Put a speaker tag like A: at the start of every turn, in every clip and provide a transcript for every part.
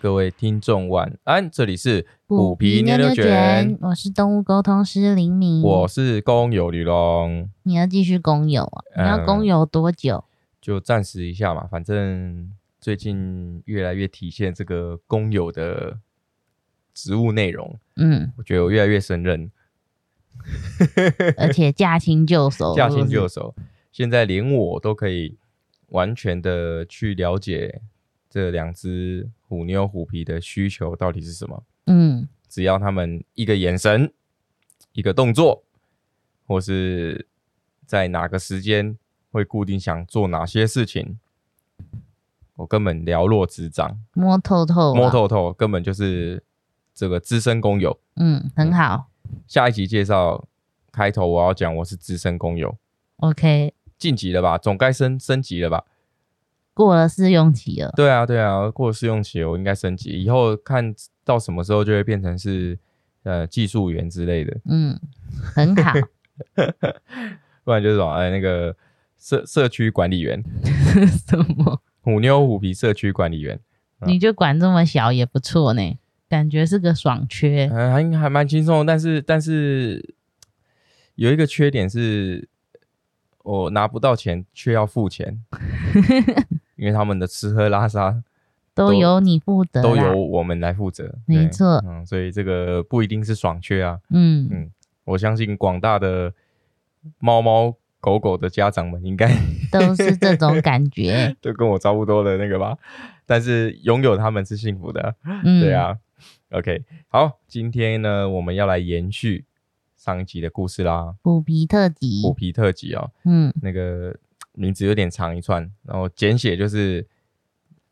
A: 各位听众晚安，这里是
B: 虎皮
A: 牛
B: 牛
A: 牛
B: 牛卷，，我是动物沟通师林明。
A: 我是公有李龙，
B: 你要继续公友啊？你
A: 嗯
B: 要公友多久？
A: 就暂时一下嘛，反正最近越来越体现这个公有的职务内容，
B: 嗯，
A: 我觉得我越来越胜任，
B: 而且驾轻就熟，
A: 驾轻就是熟，现在连我都可以完全的去了解这两只虎妞虎皮的需求到底是什么。
B: 不是嗯，
A: 只要他们一个眼神、一个动作，或是在哪个时间会固定想做哪些事情，我根本了若指掌，
B: 摸透透，啊
A: 摸，透透，根本就是这个资深工友。
B: 嗯，很好。
A: 下一集介绍开头，我要讲我是资深工友，
B: OK，
A: 晋级了吧？总该升升级了吧？
B: 过了试用期了，
A: 对啊，对啊，过了试用期我应该升级，以后看到什么时候就会变成是呃技术员之类的。
B: 嗯，很 好。
A: 不然就是什么哎那个社社区管理员，
B: 什么？
A: 虎妞虎皮社区管理员，嗯
B: 你就管这么小也不错呢，感觉是个爽缺。
A: 嗯、还还蛮轻松的，但是但是有一个缺点是，我拿不到钱却要付 钱，因为他们的吃喝拉撒
B: 都由你负责啦
A: 都由我们来负责，
B: 没
A: 对
B: 错
A: 嗯，所以这个不一定是爽缺啊，
B: 嗯，
A: 我相信广大的猫猫狗狗的家长们应该。
B: 都是这种感觉
A: 都跟我差不多的那个吧，但是拥有他们是幸福的啊、
B: 嗯，
A: 对，啊，OK，好，今天呢，我们要来延续上一集的故事啦，
B: 虎皮特辑，
A: 虎皮特辑哦，
B: 嗯，
A: 那个名字有点长一串，然后简写就是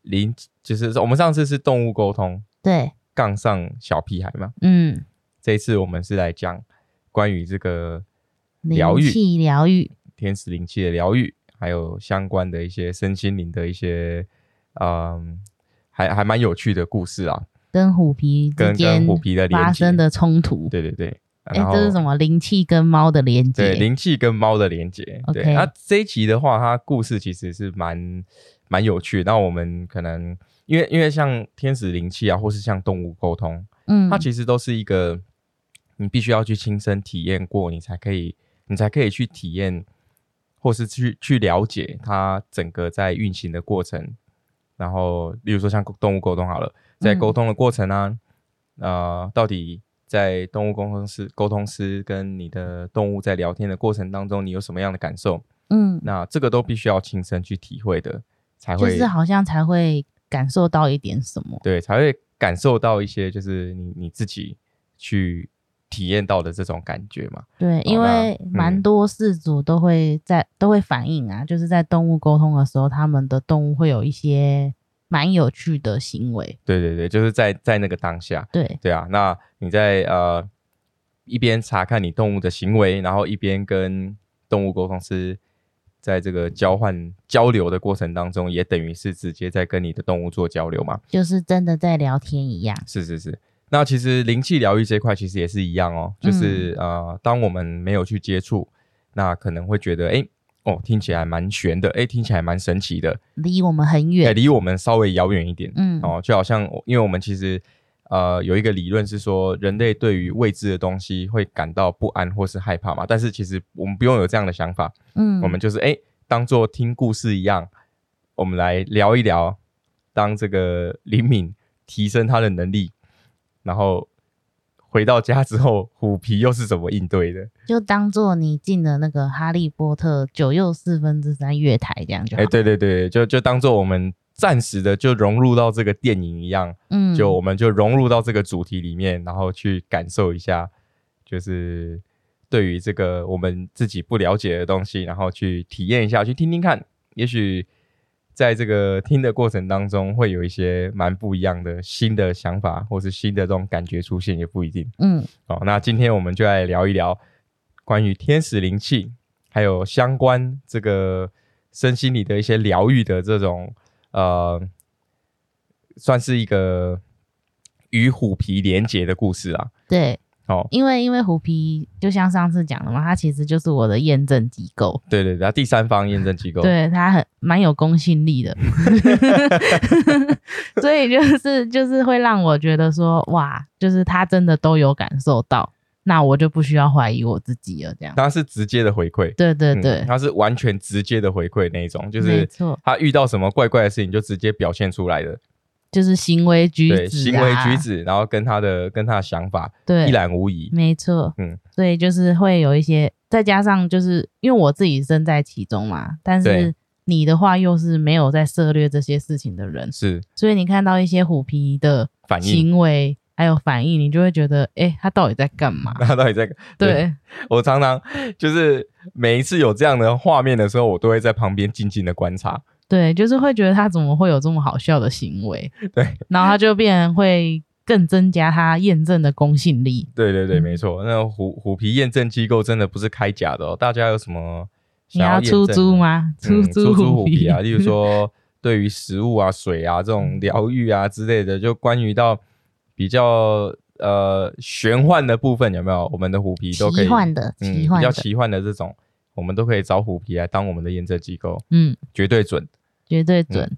A: 零，就是我们上次是动物沟通
B: 对，
A: 杠上小屁孩嘛，
B: 嗯，
A: 这一次我们是来讲关于这个疗
B: 灵
A: 愈
B: 气疗愈，
A: 天使灵气的疗愈，还有相关的一些身心灵的一些，嗯，还还蛮有趣的故事啊，
B: 跟虎皮之
A: 跟
B: 间
A: 跟虎皮的连
B: 发
A: 接
B: 生的冲突。
A: 对对对。啊
B: 哎、
A: 然后
B: 这是什么？灵气跟猫的连
A: 对，
B: 接。
A: 灵气跟猫的连接。对，
B: OK
A: 那、这一集的话，它故事其实是蛮蛮有趣的。那我们可能因为因为像天使灵气啊，或是像动物沟通，
B: 嗯
A: 它其实都是一个你必须要去亲身体验过，你才可以你才可以去体验，或是去去了解它整个在运行的过程。然后，例如说像动物沟通好了，在
B: 嗯
A: 沟通的过程呢、呃，到底在动物沟通师、沟通师跟你的动物在聊天的过程当中，你有什么样的感受？
B: 嗯，
A: 那这个都必须要亲身去体会的，才
B: 就
A: 会
B: 是好像才会感受到一点什么。
A: 对，才会感受到一些就是你你自己去体验到的这种感觉嘛。
B: 对，因
A: 那
B: 为蛮
A: 嗯
B: 多事主都会在、都会反映啊，就是在动物沟通的时候，他们的动物会有一些蛮有趣的行为。
A: 对对对，就是在在那个当下，
B: 对，
A: 对啊。那你在呃一边查看你动物的行为，然后一边跟动物沟通师在这个交换交流的过程当中，也等于是直接在跟你的动物做交流嘛。
B: 就是真的在聊天一样。
A: 是是是。那其实灵气疗愈这一块其实也是一样哦，就是、
B: 嗯
A: 呃，当我们没有去接触，那可能会觉得，哎，哦，听起来蛮玄的，哎，听起来蛮神奇的，
B: 离我们很
A: 哎，
B: 远。
A: 离我们稍微遥远一点、
B: 嗯，
A: 哦，就好像我因为我们其实呃有一个理论是说，人类对于未知的东西会感到不安或是害怕嘛，但是其实我们不用有这样的想法，
B: 嗯，
A: 我们就是哎、诶当做听故事一样，我们来聊一聊，当这个灵敏提升他的能力，然后回到家之后，虎皮又是怎么应对的？
B: 就当做你进了那个《哈利波特》九又四分之三月台这样就
A: 哎、
B: 好。
A: 对对对，就就当做我们暂时的就融入到这个电影一样，
B: 嗯，
A: 就我们就融入到这个主题里面，然后去感受一下，就是。对于这个我们自己不了解的东西，然后去体验一下，去听听看，也许在这个听的过程当中，会有一些蛮不一样的新的想法，或是新的这种感觉出现，也不一定。
B: 嗯，
A: 哦，那今天我们就来聊一聊关于天使灵气，还有相关这个身心里的一些疗愈的这种呃，算是一个与虎皮连结的故事啊。
B: 对，
A: 哦，
B: 因为因为虎皮就像上次讲的嘛，它其实就是我的验证机构，
A: 对对对，第三方验证机构，
B: 对它很蛮有公信力的， 所以就是就是会让我觉得说，哇，就是他真的都有感受到，那我就不需要怀疑我自己了，这样。
A: 它是直接的回馈，
B: 对对对，
A: 嗯它是完全直接的回馈那一种，就是
B: 没错，
A: 他遇到什么怪怪的事情就直接表现出来的，
B: 就是行为举止、啊，
A: 对，行为举，止，然后跟他的跟他的想法
B: 对，
A: 一览无遗，
B: 没错，
A: 嗯
B: 嗯，所以就是会有一些，再加上就是因为我自己身在其中嘛，但
A: 对
B: 是你的话又是没有在涉猎这些事情的人，
A: 是
B: 所以你看到一些虎皮的
A: 反应。
B: 行为还有反应，你就会觉得，哎、他到底在干 嘛？
A: 那到底在
B: 对，
A: 我常常就是每一次有这样的画面的时候，我都会在旁边静静的观察。
B: 对，就是会觉得他怎么会有这么好笑的行为？
A: 对，
B: 然后他就变成会更增加他验证的公信力。
A: 对对对，
B: 嗯
A: 没错。那虎虎皮验证机构真的不是开假的哦。大家有什么
B: 你
A: 想
B: 要
A: 验
B: 出
A: 证
B: 租？吗？
A: 嗯
B: 租
A: 出租虎皮
B: 皮 嗯
A: 啊，例如说对于食物啊、水啊这种疗愈啊之类的，就关于到比较呃玄幻的部分，有没有？我们的虎皮都可以
B: 奇幻的，
A: 嗯，
B: 奇幻
A: 比较
B: 的，
A: 奇幻的这种，我们都可以找虎皮来当我们的验证机构，
B: 嗯，
A: 绝对准。
B: 绝对准。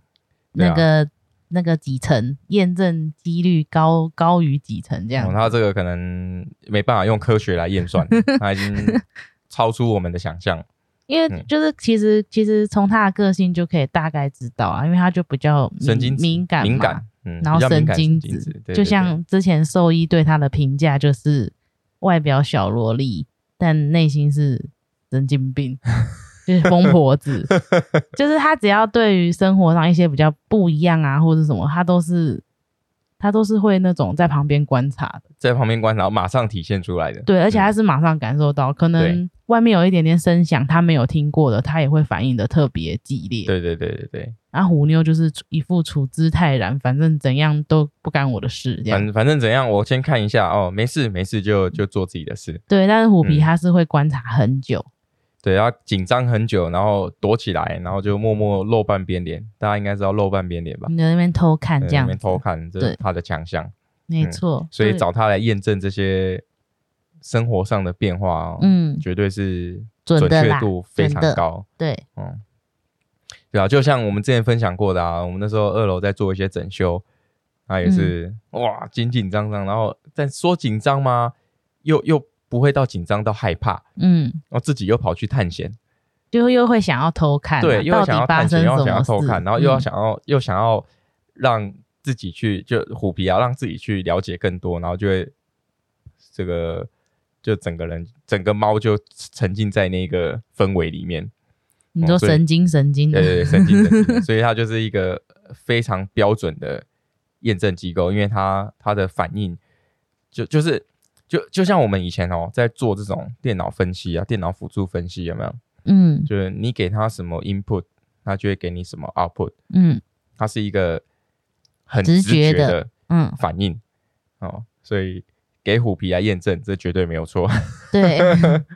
A: 对啊
B: 那个那个几成验证几率高高于几成这样
A: 哦，。他这个可能没办法用科学来验 算，他已经超出我们的想象。
B: 因为
A: 嗯
B: 就是其实、其实从他的个性就可以大概知道啊，因为他就比较敏
A: 神经质
B: 敏感嘛
A: 敏感，嗯，
B: 然后
A: 比较敏感
B: 经
A: 神质，对
B: 就
A: 对
B: 像之前兽医对他的评价就是外表小萝莉，但内心是神经 病，就是疯婆子。就是他只要对于生活上一些比较不一样啊，或者什么，他都是他都是会那种在旁边观察的。
A: 在旁边观察，马上体现出来的。
B: 对，而且他是马上感受到，可能外面有一点点声响，他没有听过的，他也会反应的特别激烈。，
A: 对对对对对，
B: 然后虎妞就是一副处之泰然，反正怎样都不干我的事这样。
A: 反反正怎样，我先看一下哦，没事没事就就做自己的事。
B: 对，但是虎
A: 嗯
B: 皮他是会观察很久，
A: 对，要紧张很久，然后躲起来，然后就默默露半边脸。大家应该知道露半边脸吧？
B: 你在那边偷看
A: 对
B: 嗯这样
A: 那边
B: 子，
A: 偷看，这是
B: 对
A: 他的强项，
B: 没
A: 嗯
B: 错。
A: 所以
B: 对
A: 找他来验证这些生活上的变化哦，
B: 嗯
A: 绝对是
B: 准
A: 准
B: 的
A: 确
B: 啦
A: 度非
B: 准
A: 常
B: 的
A: 高。
B: 对
A: 嗯，对啊，就像我们之前分享过的啊，我们那时候二楼在做一些整修，那也是、
B: 嗯
A: 哇紧紧张张，然后但说紧张吗？又又不会到紧张到害怕，
B: 嗯，
A: 然后自己又跑去探险，
B: 就又会想要偷看啊、
A: 对，又
B: 到
A: 要想要
B: 底
A: 探
B: 发
A: 险，
B: 生
A: 又
B: 什
A: 要想要
B: 么
A: 偷
B: 事
A: 看，然后又要
B: 嗯
A: 想要、又想要让自己去就虎皮啊，让自己去了解更多，然后就会这个就整个人整个猫就沉浸在那个氛围里面，
B: 你说
A: 哦所以
B: 神经神经的，
A: 对对对，神经神经的，所以它就是一个非常标准的验证机构，因为它它的反应就就是就就像我们以前哦，在做这种电脑分析啊、电脑辅助分析有没有？
B: 嗯
A: 就是你给它什么 input，它就会给你什么 output，
B: 嗯
A: 它是一个很
B: 直
A: 觉
B: 觉的嗯，
A: 反应哦，所以给虎皮来验证，这绝对没有错。
B: 对。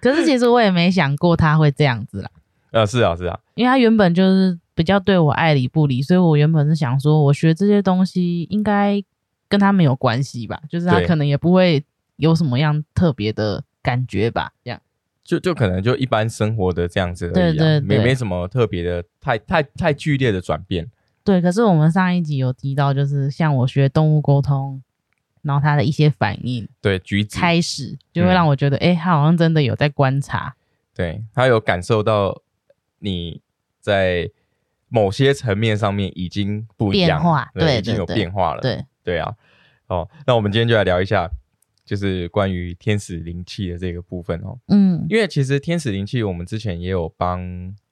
B: 可是其实我也没想过他会这样子啦，
A: 呃，是啊，是啊，
B: 因为他原本就是比较对我爱理不理，所以我原本是想说，我学这些东西应该跟他没有关系吧，就是他
A: 对
B: 可能也不会有什么样特别的感觉吧，这样。
A: 就就可能就一般生活的这样子而已、啊，
B: 对对
A: 没
B: 对
A: 没什么特别的，太太太剧烈的转变。
B: 对，可是我们上一集有提到，就是像我学动物沟通，然后他的一些反应
A: 对举止，
B: 开始，就会让我觉得，哎、他好像真的有在观察。
A: 对他有感受到你在某些层面上面已经不一样了
B: 变化对
A: 已经
B: 对
A: 有
B: 对
A: 变化了，
B: 对，
A: 对啊。哦，那我们今天就来聊一下，就是关于天使灵气的这个部分哦，
B: 嗯，
A: 因为其实天使灵气我们之前也有帮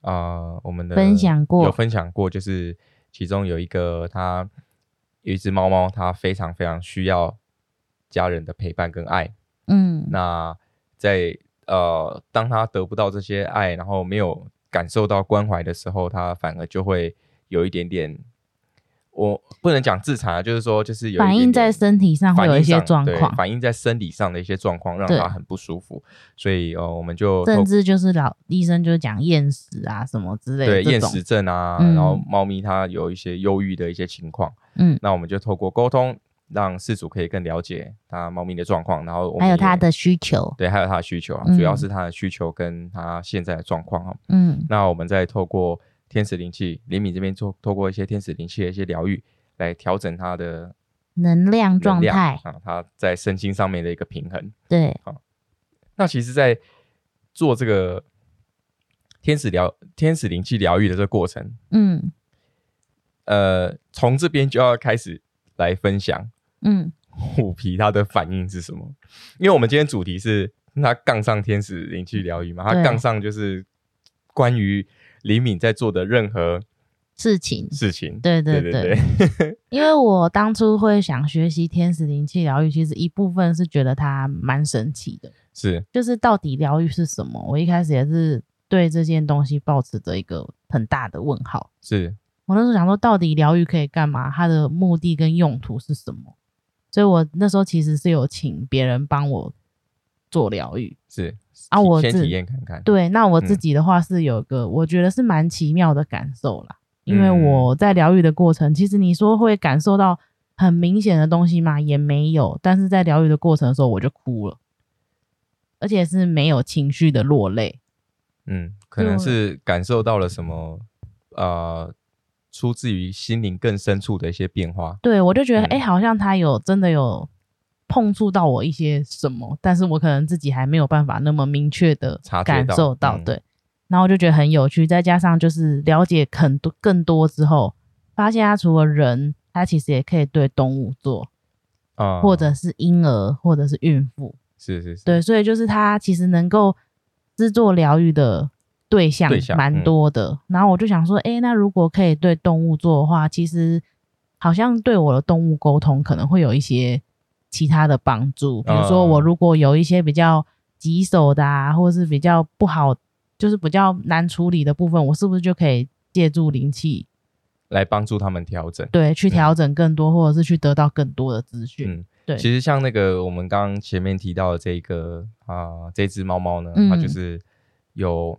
A: 啊、呃我们的
B: 分享过
A: 有分享过，就是其中有一个它有一只猫猫，它非常非常需要家人的陪伴跟爱，
B: 嗯，
A: 那在呃，当他得不到这些爱，然后没有感受到关怀的时候，他反而就会有一点点，我不能讲自残，啊就是说，就是有一点
B: 反映在身体上会
A: 反
B: 有
A: 应
B: 一些
A: 上
B: 状
A: 对
B: 况，
A: 反映在生理上的一些状况，让
B: 对
A: 他很不舒服。所以呃，我们就透
B: 甚至就是老医生就讲厌食啊什么之类
A: 对
B: 的这
A: 厌
B: 种
A: 食。症啊，
B: 嗯
A: 然后猫咪它有一些忧郁的一些情况，
B: 嗯
A: 那我们就透过沟通让事主可以更了解他猫咪的状况，然后我们
C: 还有
A: 也
C: 它的需求，
A: 对，还有他的需求啊，
C: 嗯
A: 主要是他的需求跟他现在的状况哈。
C: 嗯
A: 那我们再透过天使灵气，灵敏这边做透过一些天使灵气的一些疗愈，来调整他的
C: 能量状
A: 能量
C: 态，
A: 啊，他在身心上面的一个平衡。
C: 对，
A: 那其实，在做这个天使疗、天使灵气疗愈的这个过程，
C: 嗯
A: 呃，从这边就要开始来分享
C: 嗯
A: 虎皮它的反应是什么，因为我们今天主题是它杠上天使灵气疗愈嘛，它
B: 对
A: 杠上就是关于李敏在做的任何
C: 事情，
A: 事情。
B: 对
A: 对
B: 对
A: 对
B: 对
A: 对，
B: 因为我当初会想学习天使灵气疗愈，其实一部分是觉得它蛮神奇的，
A: 是
B: 就是到底疗愈是什么，我一开始也是对这件东西抱持着一个很大的问号。
A: 是，
B: 我那时候想说，到底疗愈可以干嘛？它的目的跟用途是什么？所以我那时候其实是有请别人帮我做疗愈。
A: 是
B: 啊
A: 体
B: 我
A: 先
B: 自
A: 体验看看。
B: 对，那我
A: 嗯
B: 自己的话是有一个，我觉得是蛮奇妙的感受啦。因为
A: 嗯
B: 我在疗愈的过程，其实你说会感受到很明显的东西嘛，也没有。但是在疗愈的过程的时候，我就哭了，而且是没有情绪的落泪。
A: 嗯，可能
B: 对
A: 是感受到了什么，呃，出自于心灵更深处的一些变化。
B: 对我就觉得，
A: 嗯
B: 哎、好像他有真的有碰触到我一些什么，但是我可能自己还没有办法那么明确的
A: 察觉
B: 感
A: 到
B: 受到。
A: 嗯
B: 对，然后我就觉得很有趣，再加上就是了解很多更多之后，发现他除了人，他其实也可以对动物做，
A: 啊、
B: 或者是婴儿，或者是孕妇。
A: 是是是，
B: 对，所以就是他其实能够制作疗愈的对象
A: 对象
B: 蛮
A: 嗯
B: 多的。然后我就想说，诶，那如果可以对动物做的话，其实好像对我的动物沟通可能会有一些其他的帮助。比如说，我
A: 嗯
B: 如果有一些比较棘手的啊，或者是比较不好，就是比较难处理的部分，我是不是就可以借助灵气
A: 来帮助他们调整。
B: 对
A: 嗯
B: 去调整更多，或者是去得到更多的资讯？
A: 嗯
B: 对
A: 其实像那个我们刚刚前面提到的这个啊、这只猫猫呢，它就
B: 嗯
A: 是有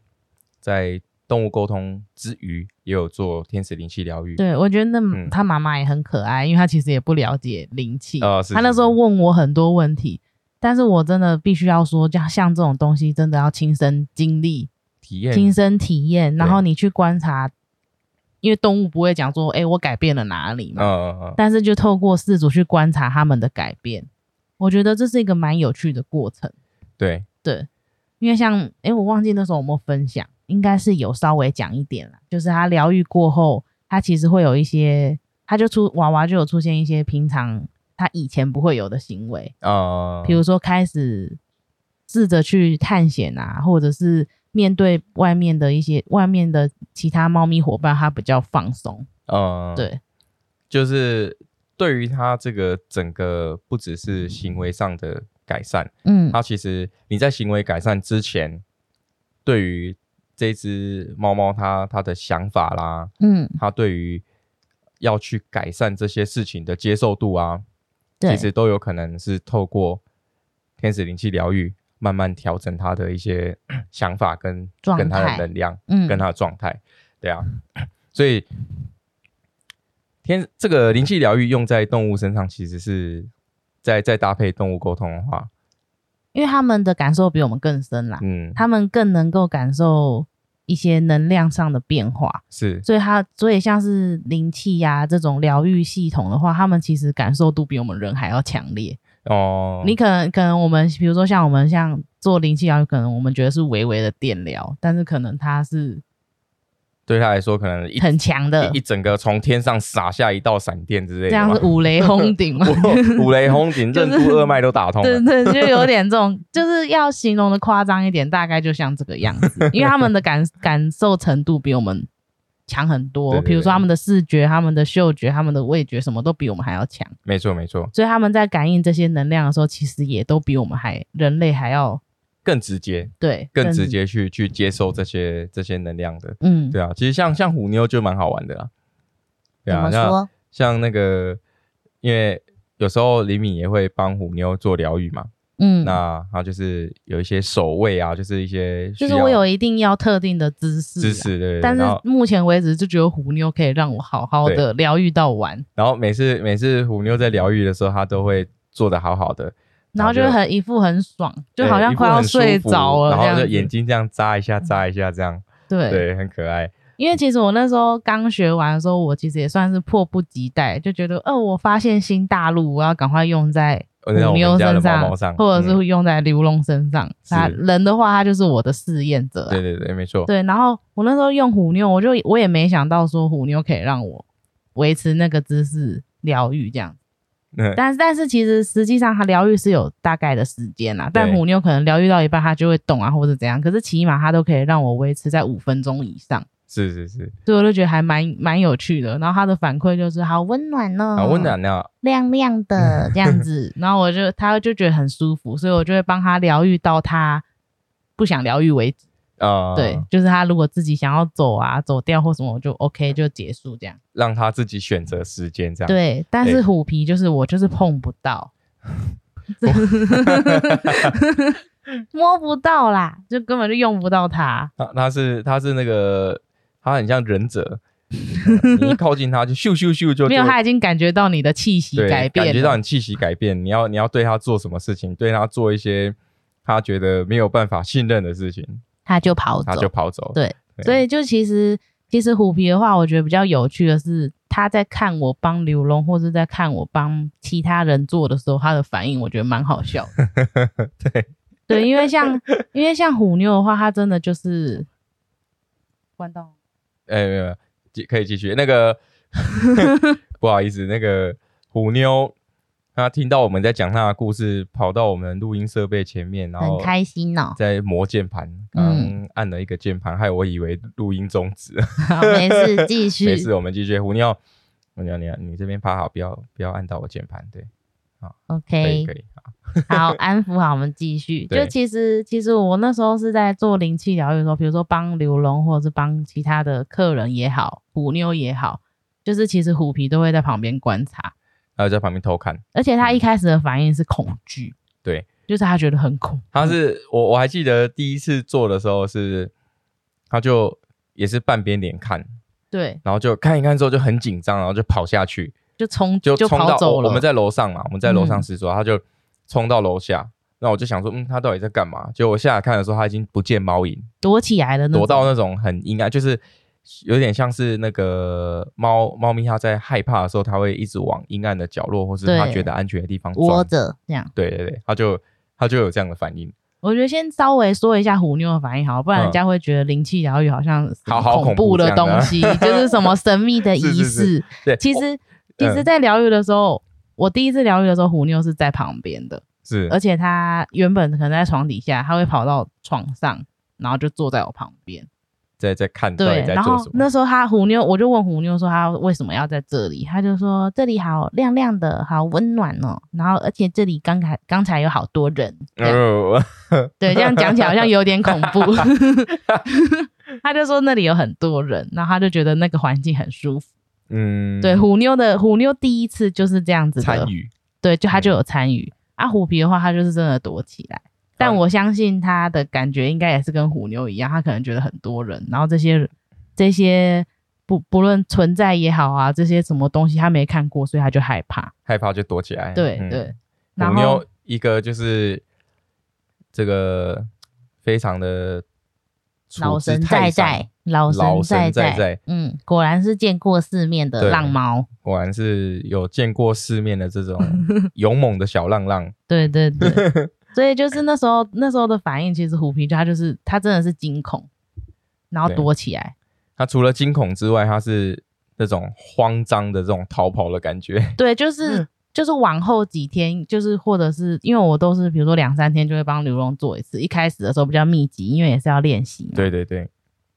A: 在动物沟通之余，也有做天使灵气疗愈。
B: 对，我觉得
A: 嗯
B: 那他妈妈也很可爱，因为他其实也不了解灵气。
A: 哦是
B: 他那时候问我很多问题，但是我真的必须要说，像像这种东西，真的要亲身经历、
A: 体验
B: 亲身体验，然
A: 对
B: 后你去观察，因为动物不会讲说，哎、我改变了哪里
A: 嗯
B: 嘛，
A: 嗯嗯，
B: 但是就透过饲主去观察他们的改变，我觉得这是一个蛮有趣的过程。
A: 对，
B: 对，因为像哎、诶我忘记那时候有没有分享，应该是有稍微讲一点啦。就是他疗愈过后，他其实会有一些，他就出娃娃就有出现一些平常他以前不会有的行为，
A: 啊、
B: 比如说开始试着去探险啊，或者是面对外面的一些外面的其他猫咪伙伴，他比较放松。
A: 嗯，
B: 对，
A: 就是对于它这个整个不只是行为上的改善，
C: 嗯
A: 它其实你在行为改善之前，对于这只猫猫它它的想法啦，
C: 嗯，
A: 它对于要去改善这些事情的接受度啊，
C: 对
A: 其实都有可能是透过天使灵气疗愈，慢慢调整它的一些 想法跟
C: 状
A: 跟它的
C: 态
A: 能量，
C: 嗯
A: 跟它的状态，对啊，所以天这个灵气疗愈用在动物身上，其实是在再搭配动物沟通的话，
B: 因为他们的感受比我们更深啦，
A: 嗯，
B: 啊他们更能够感受一些能量上的变化。
A: 是
B: 所以它所以像是灵气呀、这种疗愈系统的话，他们其实感受度比我们人还要强烈。
A: 哦，
B: 你可能可能我们比如说像我们像做灵气疗愈，可能我们觉得是微微的电疗，但是可能它是
A: 对他来说可能一
B: 很强的
A: 一一，整个从天上洒下一道闪电之类的，
B: 这样是五雷轰 顶嘛？
A: 五五雷轰顶，任督二脉都打通了
B: 对，对，就有点这种，就是要形容的夸张一点，大概就像这个样子，因为他们的感感受程度比我们强很
A: 对
B: 多，
A: 对对
B: 比如说他们的视觉、他们的嗅觉、他们的味觉，什么都比我们还要强。
A: 没错没错，
B: 所以他们在感应这些能量的时候，其实也都比我们还人类还要
A: 更直接，
B: 对
A: 更直。接去去接受这些这些能量的，
B: 嗯，
A: 对啊，其实像像虎妞就蛮好玩的啦，对
C: 怎
A: 啊，
C: 么
A: 那
C: 说？
A: 像那个，因为有时候李敏也会帮虎妞做疗愈嘛，
B: 嗯，
A: 那他就是有一些守卫啊，就是一些需
B: 就
A: 要
B: 是我有一定要特定的姿势啊，
A: 知识，对对对。
B: 但是
A: 然后
B: 目前为止就只有虎妞可以让我好好的疗愈到完，
A: 然后每次每次虎妞在疗愈的时候，她都会做的好好的，
B: 然后就
A: 然后就
B: 很一副很爽，就
A: 对
B: 好像
A: 一副
B: 快要
A: 很舒
B: 睡
A: 服
B: 着了这
A: 然
B: 样
A: 后就
B: 子。嗯
A: 眼睛这样眨一下眨一下这样，
B: 对，
A: 对，很可爱。
B: 因为其实我那时候刚学完的时候，我其实也算是迫不及待，就觉得哦，我发现新大陆，我要赶快用在
A: 哦那
B: 虎
A: 我
B: 妞
A: 们家的
B: 身上，
A: 毛毛上
B: 或者
A: 嗯
B: 是用在刘龙身上。
A: 是
B: 他人的话，他就是我的试验者啊、
A: 对对对，没错。
B: 对，然后我那时候用虎妞，我就我也没想到说虎妞可以让我维持那个姿势疗愈这样。
A: 嗯，
B: 但但是其实实际上它疗愈是有大概的时间啦，但
A: 对
B: 虎妞可能疗愈到一半它就会动啊或者怎样，可是起码它都可以让我维持在五分钟以上，
A: 是是是，
B: 所以我就觉得还蛮蛮有趣的。然后它的反馈就是好温暖哦，
A: 好温，暖啊！
C: 亮亮 的
B: 这
C: 这样
B: 样
C: 子。
B: 子。然后我就它就觉得很舒服，所以我就会帮它疗愈到它不想疗愈为止。嗯
A: 啊，
B: 对，，就是它如果自己想要走啊走掉或什么，我就 OK 就结束这样。
A: 让他自己选择时间这样。
B: 对，但
A: 对
B: 是虎皮就是我就是碰不 到，摸不到啦，就根本就用不到它。
A: 他他是他是那个，他很像忍 者，嗯你一靠近他就咻咻咻就
B: 没有，
A: 就
B: 它已经感觉到你的气息
A: 对
B: 改变了，
A: 感觉到你气息改变，你要你要对他做什么事情，对他做一些他觉得没有办法信任的事情，
C: 他就跑
A: 他
C: 走
A: 就，跑走。
C: 对
B: 所以就其实其实虎皮的话，我觉得比较有趣的是，他在看我帮刘龙，或是在看我帮其他人做的时候，他的反应我觉得蛮好笑的。
A: 对
B: 对，因为像因为像虎妞的话，它真的就是关到
A: 哎，没有没有，继可以继续。那个不好意思，那个虎妞，她听到我们在讲她的故事，跑到我们录音设备前面，然后。
C: 很开心哦
A: 在磨键盘，
B: 嗯
A: 刚按了一个键盘，害我以为录音终止。
C: 好，没事，继
A: 没
C: 续。
A: 事，我们继续。虎妞，虎妞，你你这边趴好，不要不要按到我键盘，对，可以
C: OK，
A: 可以。好
C: 好，安抚好，我们继续。
A: 对
B: 就其实，其实我那时候是在做灵气疗愈的时候，比如说帮刘龙，或者是帮其他的客人也好，虎妞也好，就是其实虎皮都会在旁边观察，
A: 然后在旁边偷看，
B: 而且他一开始的反应是恐惧，
A: 嗯对，
B: 就是他觉得很恐，
A: 他
C: 嗯
A: 是我我还记得第一次做的时候是，他就也是半边脸看，
B: 对，
A: 然后就看一看之后就很紧张，然后就跑下去，
B: 就冲
A: 就冲
B: 跑
A: 到
B: 走
A: 我
B: 了。
A: 我们在楼上嘛，我们在楼上
B: 嗯
A: 试桌，他就冲到楼下。那我就想说，嗯，他到底在干嘛？结果我下来看的时候，他已经不见猫影，
B: 躲起来的那种
A: 躲到那种很阴暗，就是有点像是那个猫猫咪，它在害怕的时候，它会一直往阴暗的角落，或是它
B: 对
A: 觉得安全的地方
C: 窝
A: 钻。
C: 着，
B: 这样。
A: 对对对，它就它就有这样的反应，
B: 我觉得先稍微说一下虎妞的反应好了，不
A: 嗯
B: 然人家会觉得灵气疗愈好像是
A: 好好恐
B: 恐
A: 怖
B: 怖
A: 这
B: 的
A: 样的
B: 东西，就是什么神秘的仪式。
A: 是是是对，
B: 其
A: 哦
B: 实，其实，在疗愈的时候，我第一次疗愈的时候，虎妞是在旁边的，
A: 是
B: 而且她原本可能在床底下，她会跑到床上，然后就坐在我旁边。
A: 在在看到底
B: 对，
A: 在
B: 然
A: 做什
B: 后
A: 么
B: 那。时候她虎妞，我就问虎妞说她为什么要在这里，她就说这里好亮亮的，好温暖哦，然后而且这里刚才刚才有好多人，这样
A: 哦，
B: 对，这样讲起来好像有点恐怖。她就说那里有很多人，然后她就觉得那个环境很舒服。
A: 嗯，
B: 对，虎妞的虎妞第一次就是这样子的
A: 参与，
B: 对，就他
A: 嗯
B: 就有参与。啊，虎皮的话，他就是真的躲起来。
A: 哦
B: 但我相信他的感觉应该也是跟虎妞一样，他可能觉得很多人，然后这些人这些不不论存在也好啊，这些什么东西他没看过，所以他就害怕。
A: 害怕就躲起来。
B: 对、
A: 嗯
B: 对，然
A: 虎
B: 后
A: 妞一个就是这个非常的处
C: 老
A: 之
C: 神
A: 泰
C: 在
A: 山
C: 在，老
A: 老
C: 神在
A: 神在在
C: 嗯，果然是见过世面的
A: 对
C: 浪
B: 浪
C: 猫。
B: 猫，
A: 果然是有见过世面的 这种勇猛的小浪浪。
B: 对 对对，所以就是那时候那时候的反应，其实虎皮他就是他真的是惊恐，然后
A: 对
B: 躲起来。
A: 他除了惊恐之外，他是那种慌张的这种逃跑的感觉。
B: 对，就是、就是往后几天，就是或者是因为我都是比如说两三天就会帮刘荣做一次，一开始的时候比较密集，因为也是要练习嘛。
A: 对对对，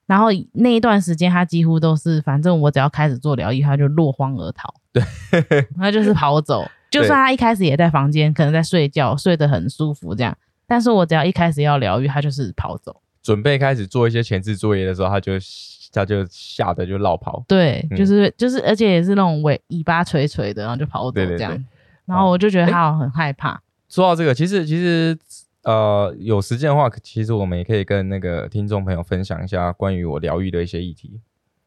B: 然后那一段时间，他几乎都是，反正我只要开始做疗愈，他就落荒而逃。对，他就是跑走。就
A: 对
B: 算他一开始也在房间，可能在睡觉，睡得很舒服这样，但是我只要一开始要疗愈，他就是跑走。
A: 准备开始做一些前置作业的时候，他就他就吓得就绕跑。
B: 对，
A: 嗯
B: 就是、就是，而且也是那种尾尾巴垂垂的，然后就跑走
A: 对对哦
B: 这样。
A: 对
B: 然后我就觉得他好像很害怕。
A: 说到这个，其实其实呃，有时间的话，其实我们也可以跟那个听众朋友分享一下关于我疗愈的一些议题。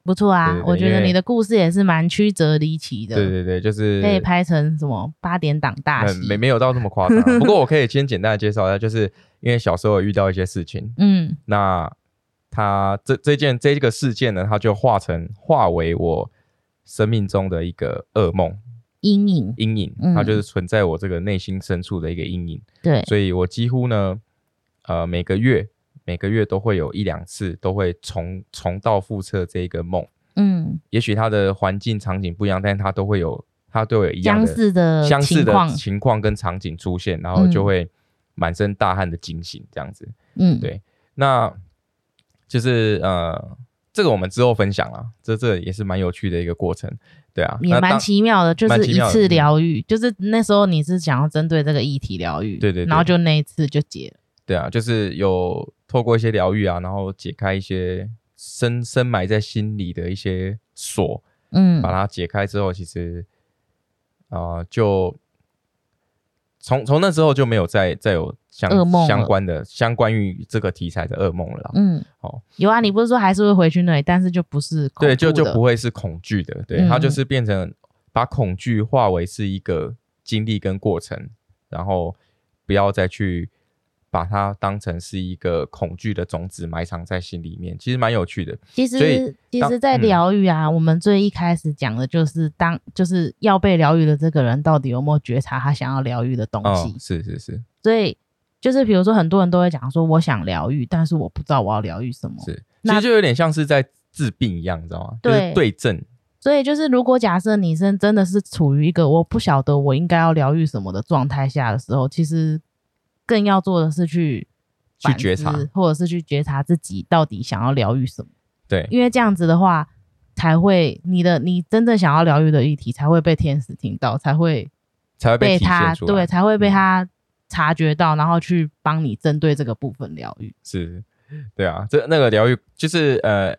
B: 不错啊
A: 对对，对
B: 我觉
A: 因
B: 得
A: 为
B: 你的故事也是蛮曲折离奇的，
A: 对对对，就是
B: 可以拍成什么八点档大
A: 嗯
B: 戏，
A: 没没有到那么夸张 啊，不过我可以先简单的介绍一下，就是因为小时候有遇到一些事情，
B: 嗯
A: 那它这这件这个事件呢，它就化成化为我生命中的一个噩梦
C: 阴影，
A: 阴影，
C: 嗯
A: 它就是存在我这个内心深处的一个阴影，
C: 对，
A: 所以我几乎呢，呃，每个月每个月都会有一两次都会重重蹈覆辙这一个梦，
C: 嗯，
A: 也许它的环境场景不一样，但是它都会有它都有一样
C: 相
A: 的
C: 似的
A: 相
C: 呃
A: 似
C: 情
A: 的
C: 况，
A: 情况跟场景出现，然后就会满身大汗的惊醒这样子。
C: 嗯，
A: 对那就是呃，这个我们之后分享啦，这这也是蛮有趣的一个过程，对啊，
B: 也
A: 那
B: 蛮
A: 当
B: 奇妙的，就
A: 蛮
B: 是
A: 奇
B: 一
A: 妙的嗯
B: 次疗愈，就是那时候你是想要针对这个议题疗愈，
A: 对对对
B: 然后就那一次就解了，
A: 对啊，就是有透过一些疗愈啊，然后解开一些深深埋在心里的一些锁，
C: 嗯
A: 把它解开之后，其实啊、呃就从从那之后就没有再再有相
C: 噩梦了
A: 相关的相关于这个题材的噩梦了啦。
C: 嗯，
A: 哦，
B: 有啊，你不是说还是会回去那里，但是就不是恐怖
A: 对，
B: 的
A: 就就不会是恐惧的，对，
B: 嗯
A: 它就是变成把恐惧化为是一个经历跟过程，然后不要再去把它当成是一个恐惧的种子埋藏在心里面，其实蛮有趣的。
C: 其
A: 所以
C: 实其
A: 当
C: 实，在
A: 嗯
C: 聊，
B: 疗愈啊，我们最一开始讲的就是当就是要被疗愈的这个人到底有没有觉察他想要疗愈的东西，
A: 嗯，是是是
B: 所以就是比如说很多人都会讲说我想疗愈，但是我不知道我要疗愈什么，
A: 是，其
B: 那
A: 实就有点像是在治病一样，你知道吗？就是
C: 对
A: 对症，
B: 所以就是如果假设你是真的是处于一个我不晓得我应该要疗愈什么的状态下的时候，其实更要做的是去。
A: 去觉察，
B: 或者是去觉察自己到底想要疗愈什么，
A: 对，
B: 因为这样子的话，才会你的你真正想要疗愈的议题才会被天使听到，才会
A: 才会被体
B: 他
A: 现出
B: 对，
A: 来。嗯
B: 才会被他察觉到，然后去帮你针对这个部分疗愈。
A: 是，对啊，这那个疗愈就是呃，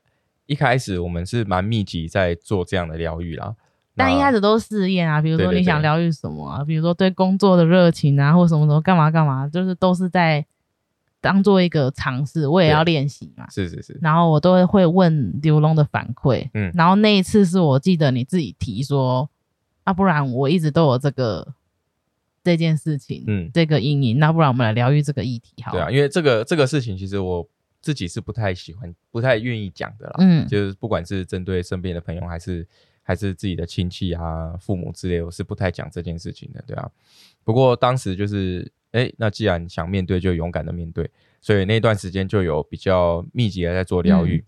A: 一开始我们是蛮密集在做这样的疗愈啦，那
B: 但一开始都是试验啊，比如
A: 对
B: 说
A: 对
B: 你想
A: 对
B: 疗愈什么啊，比如说对工作的热情啊，或什么什么干嘛干嘛，就是都是在当做一个尝试，我也
A: 对
B: 要练习嘛。
A: 是是是，
B: 然后我都会问刘龙的反馈，
A: 嗯
B: 然后那一次是我记得你自己提说，啊，不然我一直都有这个这件事情，
A: 嗯
B: 这个阴影，那不然我们来疗愈这个议题好
A: 对
B: 了，
A: 啊，因为这个这个事情，其实我自己是不太喜欢、不太愿意讲的啦。
C: 嗯
A: 就是不管是针对身边的朋友，还是还是自己的亲戚啊、父母之类，我是不太讲这件事情的，对啊。不过当时就是，哎，那既然想面对，就勇敢的面对，所以那段时间就有比较密集的在做疗
B: 嗯
A: 愈，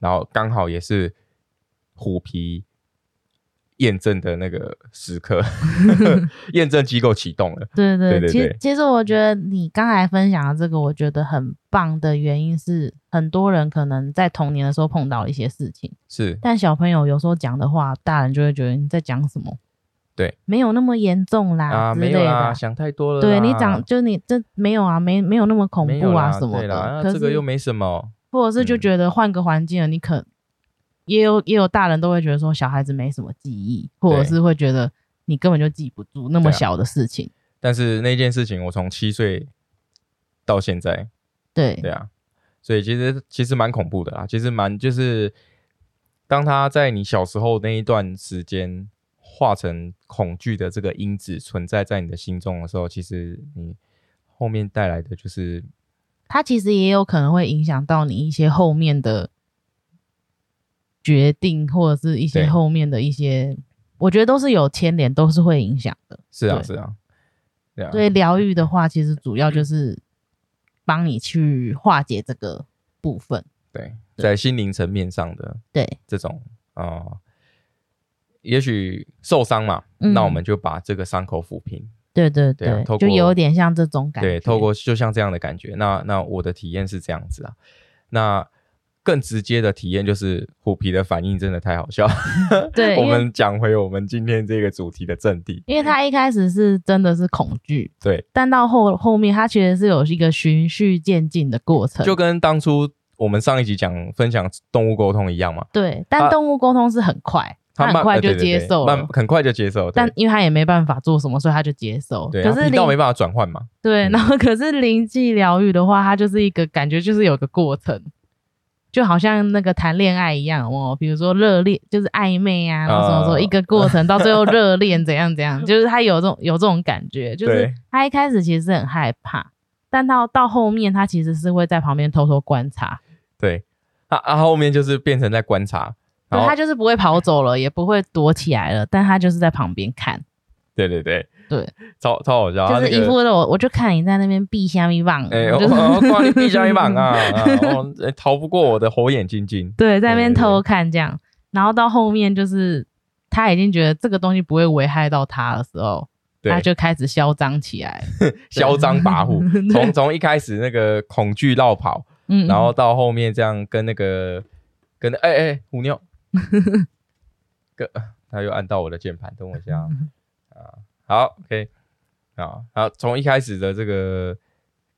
A: 然后刚好也是虎皮。验证的那个时 刻，验证机构启动了。
B: 对对
A: 对对
B: 其
A: 对
B: 实其实我觉得你刚才分享的这个，我觉得很棒的原因是，很多人可能在童年的时候碰到了一些事情，
A: 是，
B: 但小朋友有时候讲的话，大人就会觉得你在讲什么，
A: 对，
B: 没有那么严重啦
A: 啊，
B: 之
A: 没
B: 类
A: 有
B: 的
A: 啦，
B: 啊。
A: 想太多了啦。
B: 对你长就你这没有啊，没没有那么恐
A: 没
B: 怖
A: 有
B: 啊
A: 啦
B: 什么
A: 对
B: 的。
A: 啦，
B: 可
A: 那
B: 是
A: 这个又没什么。
B: 或者是就
A: 嗯
B: 觉得换个环境了，你可也有也有大人都会觉得说小孩子没什么记忆，或者
A: 对
B: 是会觉得你根本就记不住那么
A: 对啊
B: 小的事情。
A: 但是那件事情，我从七岁到现在，
B: 对
A: 对啊，所以其实其实蛮恐怖的啦，其实蛮就是，当他在你小时候那一段时间化成恐惧的这个因子存在在你的心中的时候，其实你后面带来的就是
B: 它其实也有可能会影响到你一些后面的决定，或者是一些
A: 对
B: 后面的一些，我觉得都是有牵连，都是会影响的。
A: 是啊
B: 对
A: 是啊，对啊，嗯
B: 所以疗愈的话，其实主要就是帮你去化解这个部分。
A: 对，在心灵层面上的
C: 对，
A: 这种呃，也许受伤嘛，
C: 嗯
A: 那我们就把这个伤口抚平。
B: 对对
A: 对啊透
B: 就
A: 过
B: 有点像这种感觉。
A: 对，透过就像这样的感觉。那那我的体验是这样子啊，那更直接的体验就是虎皮的反应真的太好笑。
B: 对，
A: 我
B: 因为
A: 们讲回我们今天这个主题的阵地，
B: 因为他一开始是真的是恐惧，
A: 对，
B: 但到后后面他其实是有一个循序渐进的过程。
A: 就跟当初我们上一集讲分享动物沟通一样嘛，
B: 对，
A: 啊
B: 但动物沟通是很快，他很
A: 慢
B: 快
A: 呃
B: 就
A: 对对
B: 接
A: 对
B: 受
A: 慢
B: 了
A: 很快就接受，对
B: 但因为他也没办法做什么，所以他就接受。
A: 对，
B: 可
A: 他
B: 是
A: 频道没
B: 灵
A: 办法转换嘛，
B: 对，
A: 嗯
B: 然后可是灵气疗愈的话，它就是一个感觉，就是有个过程，就好像那个谈恋爱一样哦。比如说热恋，就是暧昧啊，然后什么什么
A: 啊
B: 一个 过程，到最后热恋怎样怎样，就是他有这种有这种感觉，就是
A: 对
B: 他一开始其实很害怕，但到到后面他其实是会在旁边偷偷观察，
A: 对，他啊后面就是变成在观察，
B: 对
A: 然后
B: 他就是不会跑走了，也不会躲起来了，但他就是在旁边看，
A: 对对对
B: 对，
A: 超超好笑，他
B: 就是
A: 啊那
B: 一
A: 个
B: 副的我我就看你在那边闭虾米棒，
A: 哎，
B: 就是
A: 我挂你闭上一 棒啊，啊哦哎逃不过我的火眼金睛，
B: 对，在那边
A: 对对对
B: 偷看这样，然后到后面就是他已经觉得这个东西不会危害到他的时候，
A: 对
B: 他，啊就开始嚣张起来。
A: 嚣张跋 扈，从从一开始那个恐惧绕跑，
B: 嗯，
A: 然后到后面这样跟那个跟哎哎虎 妞，跟他又按到我的键盘，等我一下啊
B: 嗯
A: 啊，好，OK，好，好，从一开始的这个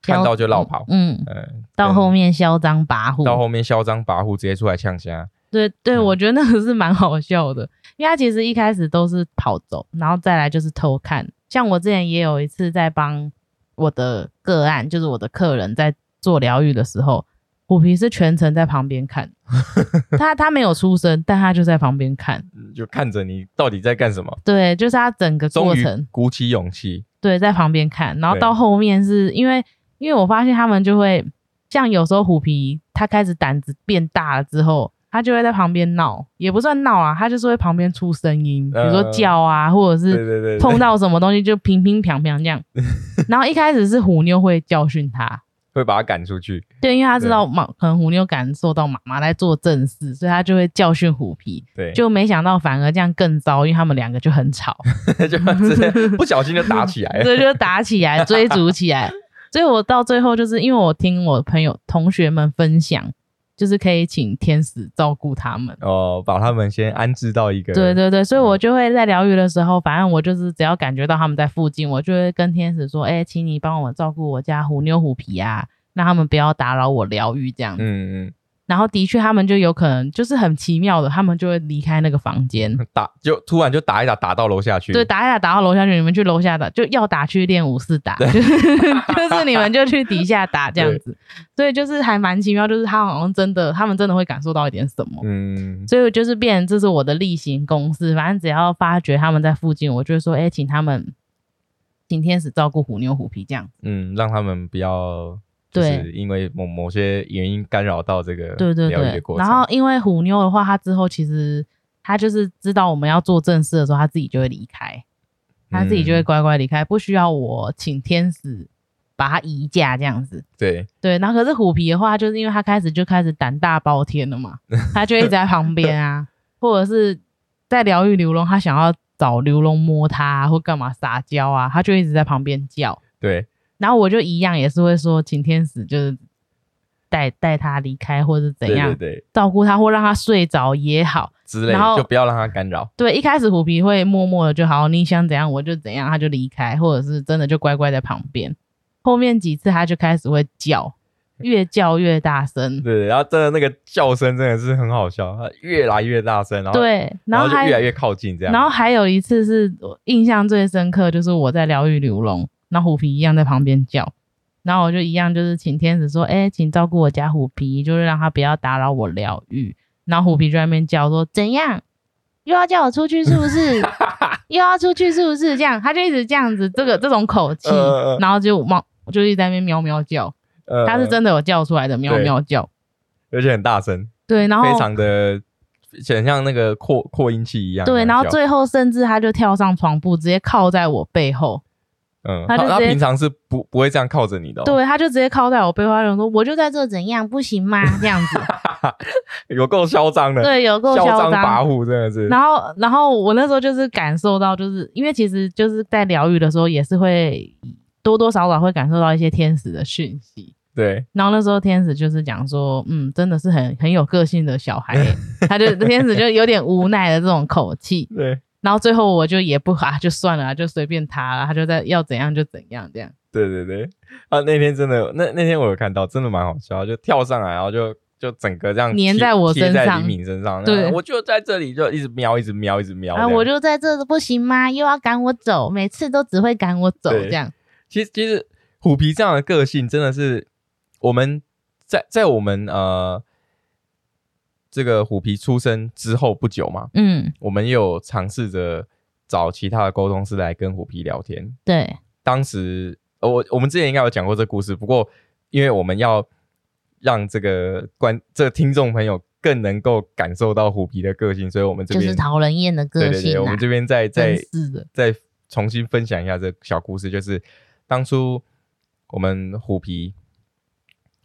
A: 看到就绕跑，
B: 嗯，
A: 嗯，
B: 到
A: 跟
B: 后面嚣张跋扈，
A: 到后面嚣张跋扈，直接出来呛虾，
B: 对对，
A: 嗯
B: 我觉得那个是蛮好笑的，因为他其实一开始都是跑走，然后再来就是偷看。像我之前也有一次在帮我的个案，就是我的客人在做疗愈的时候，虎皮是全程在旁 边看，他他没有出声，但他就在旁边看。
A: 就看着你到底在干什么，
B: 对，就是他整个过
A: 终于
B: 程，
A: 鼓起勇气，
B: 对，在旁边看，然后
A: 对
B: 到后面是因为，因为我发现他们就会，像有时候虎皮他开始胆子变大了之后，他就会在旁边闹，也不算闹啊，他就是会旁边出声音，比如说
A: 呃
B: 叫啊，或者
A: 对
B: 是
A: 对对，对
B: 碰到什么东西就乒乒乓乓 这样。然后一开始是虎妞会教训他，
A: 会把他赶出去，
B: 对，因为他知道妈可能虎妞感受到妈妈在做正事，所以他就会教训虎皮，
A: 对，
B: 就没想到反而这样更糟，因为他们两个就很吵。
A: 就直接不小心就打起 来了，
B: 所以就打 起来，追逐起来。所以我到最后就是因为我听我朋友同学们分享，就是可以请天使照顾他们。
A: 哦，把他们先安置到一个
B: 对对对，所以我就会在疗愈的时候，反正我就是只要感觉到他们在附近，我就会跟天使说：“哎、请你帮我照顾我家虎妞虎皮啊，让他们不要打扰我疗愈这样。
A: 嗯，嗯
B: 然后的确，他们就有可能就是很奇妙的，他们就会离开那个房间。
A: 嗯，打就突然就打一打，打到楼下去。
B: 对，打一打打到楼下去，你们去楼下打，就要打去练武士打，就是 就是你们就去底下打这样子。所以就是还蛮奇妙，就是他好像真的，他们真的会感受到一点什么。
A: 嗯，
B: 所以就是变成这是我的例行公事，反正只要发觉他们在附近，我就会说，哎、请他们，请天使照顾虎妞虎皮这样。
A: 嗯，让他们不要
B: 对
A: 就是因为某某些原因干扰到这个
B: 对对
A: 疗愈的
B: 对
A: 过，程。
B: 然后因为虎妞的话，她之后其实她就是知道我们要做正事的时候，她自己就会离开，她自己就会
A: 嗯
B: 乖乖离开，不需要我请天使把她移驾这样子。
A: 对
B: 对，然后可是虎皮的话，就是因为他开始就开始胆大包天了 嘛，他就一直在旁边啊，或者是在疗愈流龙，他想要找流龙摸他、啊、或干嘛撒娇啊，他就一直在旁边叫。
A: 对，
B: 然后我就一样也是会说，请天使就是带带他离开，或是怎
A: 对
B: 样
A: 对对
B: 照顾他，或让他睡着也好。
A: 之类
B: 然
A: 的，
B: 后
A: 就不要让他干扰。
B: 对，一开始虎皮会默默的就好，你想怎样我就怎样，他就离开，或者是真的就乖乖在旁边。后面几次他就开始会叫，
A: 嗯
B: 越叫越大声。
A: 对，然后真的那个叫声真的是很好笑，它越来越大声，然后
B: 对，
A: 然
B: 然后
A: 就
B: 还
A: 越来越靠近这样。
B: 然后还有一次是我印象最深刻，就是我在疗愈流龙，那虎皮一样在旁边叫，然后我就一样就是请天使说，哎、请照顾我家虎皮，就是让他不要打扰我疗愈。然后虎皮就在那边叫说，怎样又要叫我出去是不 是？又要出去是不是？这样他就一直这样子，这个这种口气，
A: 呃呃呃
B: 然后就猫就一直在那边喵喵叫，
A: 呃
B: 他是，真的有叫出来的喵
A: 对
B: 喵叫。
A: 而且很大声，
B: 对，然后
A: 非常的很像那个扩扩音器一样这
B: 对，
A: 样
B: 然后
A: 叫。
B: 最后甚至他就跳上床铺，直接靠在我背后。
A: 嗯，
B: 他
A: 他
B: 就
A: 他
B: 直接
A: 平常是不不会这样靠着你的哦，
B: 对，他就直接靠在我背后，他就说：“我就在这怎样，不行吗？”这样 子，
A: 有够嚣张的，
B: 对，有够
A: 嚣
B: 嚣
A: 跋
B: 张。
A: 扈，真的是。
B: 然后，然后我那时候就是感受到，就是因为其实就是在疗愈的时候，也是会多多少少会感受到一些天使的讯息。
A: 对，
B: 然后那时候天使就是讲说，嗯，真的是很很有个性的小 孩欸，他就天使就有点无奈的这种口气。
A: 对，
B: 然后最后我就也不啊，就算了啊，就随便他了，他就在要怎样就怎样这样。
A: 对对对，啊，那天真的，那那天我有看到，真的蛮好笑，就跳上来，然后就就整个这样
B: 粘
A: 贴
B: 在我
A: 贴
B: 身
A: 在
B: 上
A: 李敏身上。
B: 对
A: 然后我就在这里就一直瞄，一直瞄，一直瞄。
C: 啊，
A: 这样
C: 我就在这不行吗？又要赶我走，每次都只会赶我走
A: 对
C: 这样。
A: 其实其实虎皮这样的个性真的是我们在在我们呃这个虎皮出生之后不久嘛，
C: 嗯，
A: 我们也有尝试着找其他的沟通师来跟虎皮聊天。
C: 对，
A: 当时呃我我们之前应该有讲过这故事，不过因为我们要让这个观这个听众朋友更能够感受到虎皮的个性，所以我们这
C: 就
A: 边
C: 是讨人厌的
A: 对
C: 个
A: 对对，
C: 性
A: 我
C: 啊
A: 们。这边再再
B: 真是的，
A: 再重新分享一下这个小故事，就是当初我们虎皮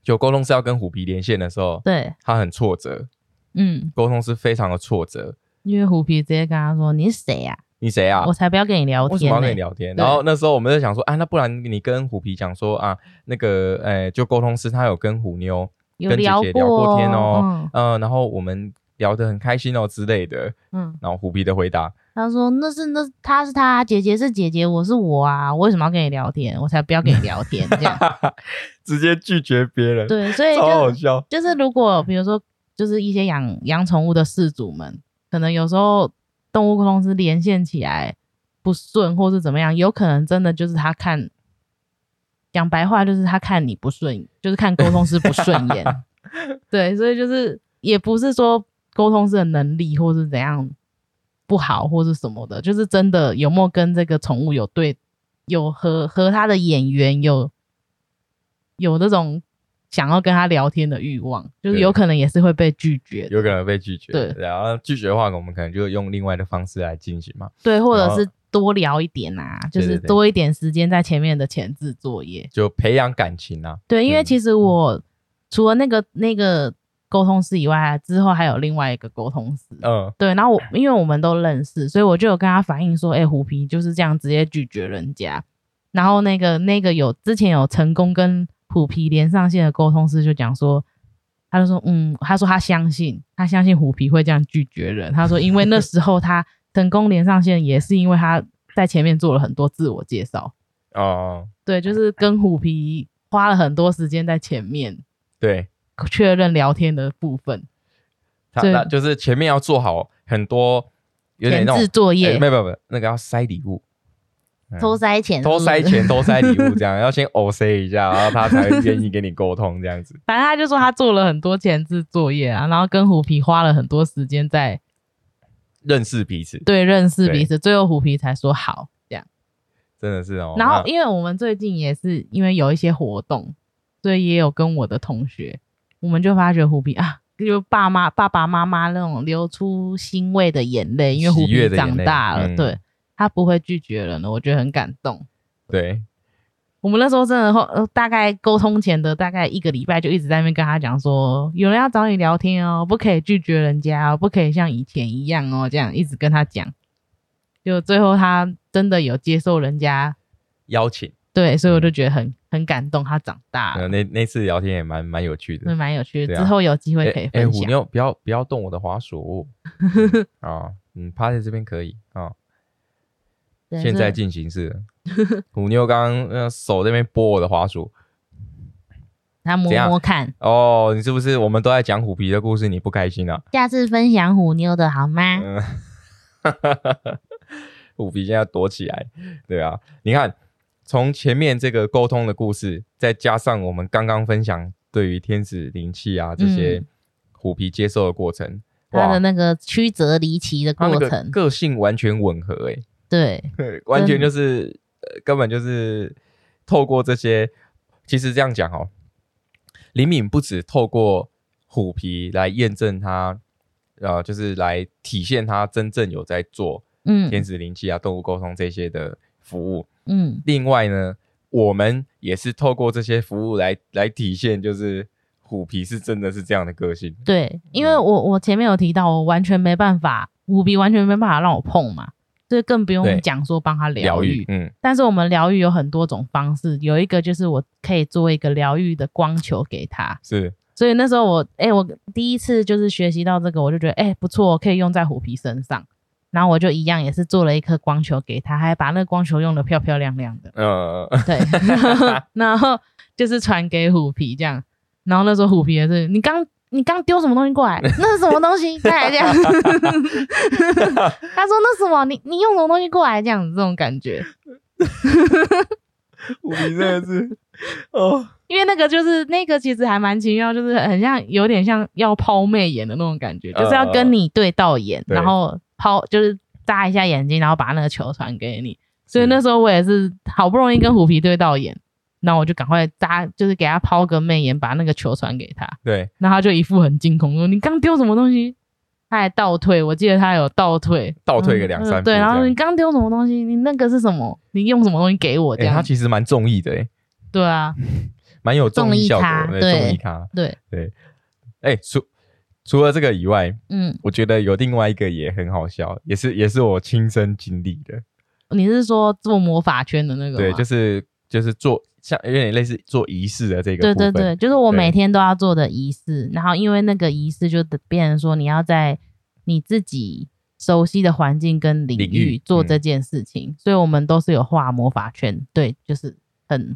A: 就沟通师要跟虎皮连线的时候，
B: 对，
A: 他很挫折，
B: 嗯，
A: 沟通师非常的挫折。
B: 因为虎皮直接跟他说：“你是谁啊？
A: 你谁啊
B: 我？才不要跟你聊
A: 为什么
B: 天、
A: 要
B: 呢。
A: 跟你聊天？
B: 对
A: 然后那时候我们就想说，啊，那不然你跟虎皮讲说啊，那个，呃，就沟通师他有跟虎妞，
C: 有
A: 跟姐
C: 聊
A: 姐聊过天哦
C: 哦，
A: 嗯、然后我们聊得很开心哦之类的。
C: 嗯，
A: 然后虎皮的回答，
C: 他说那是那是他是他，姐姐是姐姐，我是我啊，我
B: 为
C: 为
B: 什
C: 什
B: 么
C: 么要跟
B: 要跟你
C: 你
B: 聊
C: 聊
B: 天？
C: 天？
B: 我
C: 我
B: 才
C: 才
B: 不要
C: 不跟
B: 跟你
C: 你
B: 聊
C: 聊天！”
B: 天这
C: 这
B: 样
C: 样。
A: 直接拒绝别人，
C: 对，所以
A: 超好
C: 就
A: 笑。
B: 就是如果比如说，就是一些养养宠物的饲主们，可能有时候动物公司连线起来不顺，或是怎么样，有可能真的就是他看，讲白话就是他看你不顺，就是看沟通师不顺 眼。对，所以就是也不是说沟通师的能力或是怎样不好或是什么的，就是真的有没有跟这个宠物有对有和和他的眼缘有有那种想要跟他聊天的欲望，就是
A: 对
B: 有可能也是会被拒绝的，
A: 有可能被拒绝。
B: 对
A: 然后拒绝的话，我们可能就用另外的方式来进行嘛，
B: 对，或
A: 然
B: 者
A: 后
B: 是多聊一点啊，就
A: 对
B: 是
A: 对对
B: 多一点时间在前面的前置作业。
A: 就培养感情啊。
B: 对，因为
A: 嗯
B: 其实我除了那个那个沟通师以外，之后还有另外一个沟通师，
A: 嗯，
B: 对，然后我因为我们都认识，所以我就有跟他反映说，哎、虎皮就是这样直接拒绝人家。然后那个那个有之前有成功跟虎皮连上线的沟通师就讲说，他就说，嗯，他说他相信，他相信虎皮会这样拒绝人。他说，因为那时候 他成功连上线，也是因为他在前面做了很多自我介绍，
A: 哦，
B: 对，就是跟虎皮花了很多时间在前面
A: 对，
B: 确认聊天的部分，
A: 他
B: 对
A: 那就是前面要做好很多，有点
B: 前
A: 那
B: 置
A: 种
B: 作业，
A: 哎没有没有没有，那个要塞礼物，嗯
C: 偷塞钱，
A: 偷塞钱、偷塞礼物，这样要先偶塞一下，然后他才会愿意跟你沟通这样子。
B: 反正他就说他做了很多前置作业啊，然后跟虎皮花了很多时间在
A: 认识彼此，
B: 对认识彼此，最后虎皮才说好这样。
A: 真的是哦。
B: 然后
A: 那
B: 因为我们最近也是因为有一些活动，所以也有跟我的同学，我们就发觉虎皮啊，就爸妈爸爸妈妈那种流出欣慰的眼泪，因为虎
A: 喜悦
B: 皮
A: 的眼
B: 长
A: 泪
B: 大了，
A: 嗯
B: 对他不会拒绝人了，我觉得很感动。
A: 对
B: 我们那时候真的后、呃、大概沟通前的大概一个礼拜，就一直在那边跟他讲说，有人要找你聊天哦，不可以拒绝人家哦，不可以像以前一样哦，这样一直跟他讲。就最后他真的有接受人家，
A: 邀请，
B: 对，所以
A: 嗯
B: 我就觉得很很感动，他长大
A: 呃
B: 了，
A: 那那次聊天也蛮蛮有趣的
B: 那。蛮有趣的。
A: 对啊
B: 之后有机会嗯可以
A: 哎哎，
B: 分
A: 虎
B: 享。
A: 妞，不要不要动我的滑 鼠嗯啊！嗯，趴在这边可以啊。
C: 对
A: 现在
C: 所以
A: 进行式了。虎妞刚刚呃手在那边拨我的滑鼠，
C: 他摸
A: 怎样
C: 摸看，
A: 哦，你是不是我们都在讲虎皮的故事，你不开心啊？
C: 下次分享虎妞的好吗？
A: 嗯，虎皮现在躲起来，对啊，你看从前面这个沟通的故事，再加上我们刚刚分享对于天使灵气啊这些
B: 嗯
A: 虎皮接受的过程，
C: 他的那个曲折离奇的
A: 他
C: 过
A: 那个
C: 程，
A: 个性完全吻合、欸，
C: 对，
A: 完全就是、呃、根本就是透过这些，其实这样讲哦，李敏不止透过虎皮来验证他，呃，就是来体现他真正有在做
C: 嗯
A: 天使灵气啊、动物沟通这些的服务。
C: 嗯，
A: 另外呢，我们也是透过这些服务来来体现，就是虎皮是真的是这样的个性。
B: 对，因为我我前面有提到，我完全没办法，虎皮完全没办法让我碰嘛，所以更不
A: 对
B: 用讲说帮他疗愈。
A: 嗯，
B: 但是我们疗愈有很多种方式，有一个就是我可以做一个疗愈的光球给他。
A: 是
B: 所以那时候我，哎、我第一次就是学习到这个，我就觉得，哎、不错，可以用在虎皮身上。然后我就一样也是做了一颗光球给他，还把那个光球用的漂漂亮亮的。
A: 呃，
B: 对， 然后就是传给虎皮这样。然后那时候虎皮也是，你刚你刚丢什么东西过来？那是什么东西？他还这样， 他说那什么，你你用什么东西过来？这样子这种感觉，
A: 我你真的是哦，
B: 因为那个就是那个其实还蛮奇妙，就是很像有点像要抛媚眼的那种感觉，就是要跟你对到眼，
A: 呃对
B: 然后抛就是眨一下眼睛，然后把那个球传给你。所以那
A: 是
B: 时候我也是好不容易跟虎皮对到眼，那我就赶快扎，就是给他抛个媚眼，把那个球传给他。
A: 对
B: 然后他就一副很惊恐说：“你刚丢什么东西？”他还倒退，我记得他有倒退，
A: 倒退个两三
B: 嗯
A: 步
B: 对，
A: 这
B: 然后
A: 样
B: 你刚丢什么东西？你那个是什么？你用什么东西给哦我？这
A: 哎、
B: 样、
A: 他其实蛮中意的、欸，
B: 对啊，
A: 蛮有综艺效果
B: 综艺咖，对
A: 综艺咖。
B: 对，
A: 哎、除除了这个以外，
B: 嗯，
A: 我觉得有另外一个也很好笑，也是也是我亲身经历的。
B: 你是说做魔法圈的那个吗？
A: 对，就是就是做像有点类似做仪式的这个
B: 对
A: 部分
B: 对对，就是我
A: 对
B: 每天都要做的仪式，然后因为那个仪式就得变成说你要在你自己熟悉的环境跟领
A: 领域嗯
B: 域做这件事情，所以我们都是有画魔法圈，对，就是很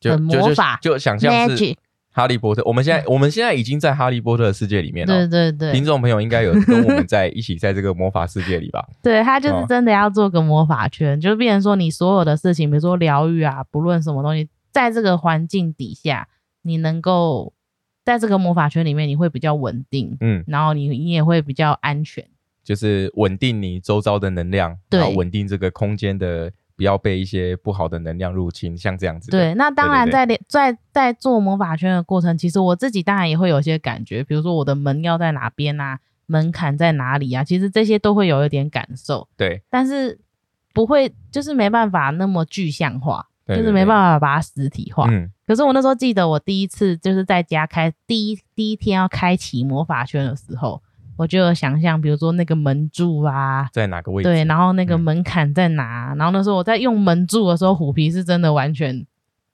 A: 就
B: 很
A: 就
B: 魔
A: 就
B: 法
A: 就想象是
B: magic，
A: 哈利波特。我们现在我们现在已经在哈利波特的世界里面了、哦
B: 对对
A: 听
B: 对，
A: 众朋友应该有跟我们在一起在这个魔法世界里吧？
B: 对他就
A: 哦
B: 是真的要做个魔法圈，就变成说你所有的事情，比如说疗愈啊，不论什么东西，在这个环境底下，你能够在这个魔法圈里面，你会比较稳定，
A: 嗯，
B: 然后你你也会比较安全。
A: 就是稳定你周遭的能量，
B: 对
A: 然后稳定这个空间的，不要被一些不好的能量入侵，像这样子的。
B: 对，那当
A: 对
B: 然
A: 对
B: 在连在在做魔法圈的过程，其实我自己当然也会有一些感觉，比如说我的门要在哪边啊，门槛在哪里啊，其实这些都会有一点感受，
A: 对
B: 但是不会就是没办法那么具象化，
A: 对，
B: 就是没办
A: 法
B: 法把它实体化。
A: 嗯，
B: 可是我那时候记得，我第一次就是在家开第一第一天要开启魔法圈的时候，我就有想象，比如说那个门柱啊，
A: 在哪个位置？
B: 对，然后那个
A: 嗯
B: 门槛在哪？然后那时候我在用门柱的时候，虎皮是真的完全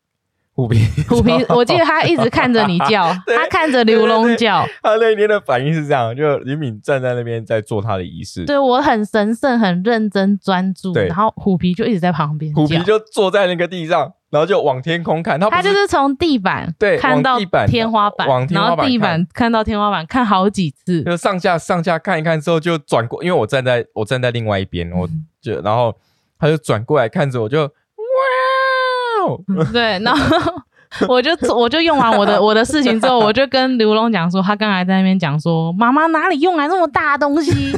A: 虎皮，
B: 虎皮，我记得他一直看着你叫，
A: 对
B: 他看着刘龙叫，
A: 他那一天的反应是这样，就李敏站在那边在做他的仪式，
B: 对我很神圣、很认真、专注，
A: 对
B: 然后虎皮就一直在旁边
A: 虎
B: 叫
A: 皮就坐在那个地上，然后就往天空看，他不
B: 他就是从地板
A: 对
B: 看到
A: 往地板
B: 天花板，
A: 往天花板
B: 然后地板看到天花板，看好几 次，
A: 就上下上下看一看之后就转过，因为我站在我站在另外一边，我
B: 嗯
A: 就然后他就转过来看着我就哇哦，
B: 对，然 后我就我就用完我的我的事情之后，我就跟刘龙讲说，他刚才在那边讲说，妈妈哪里用来那么大的东西？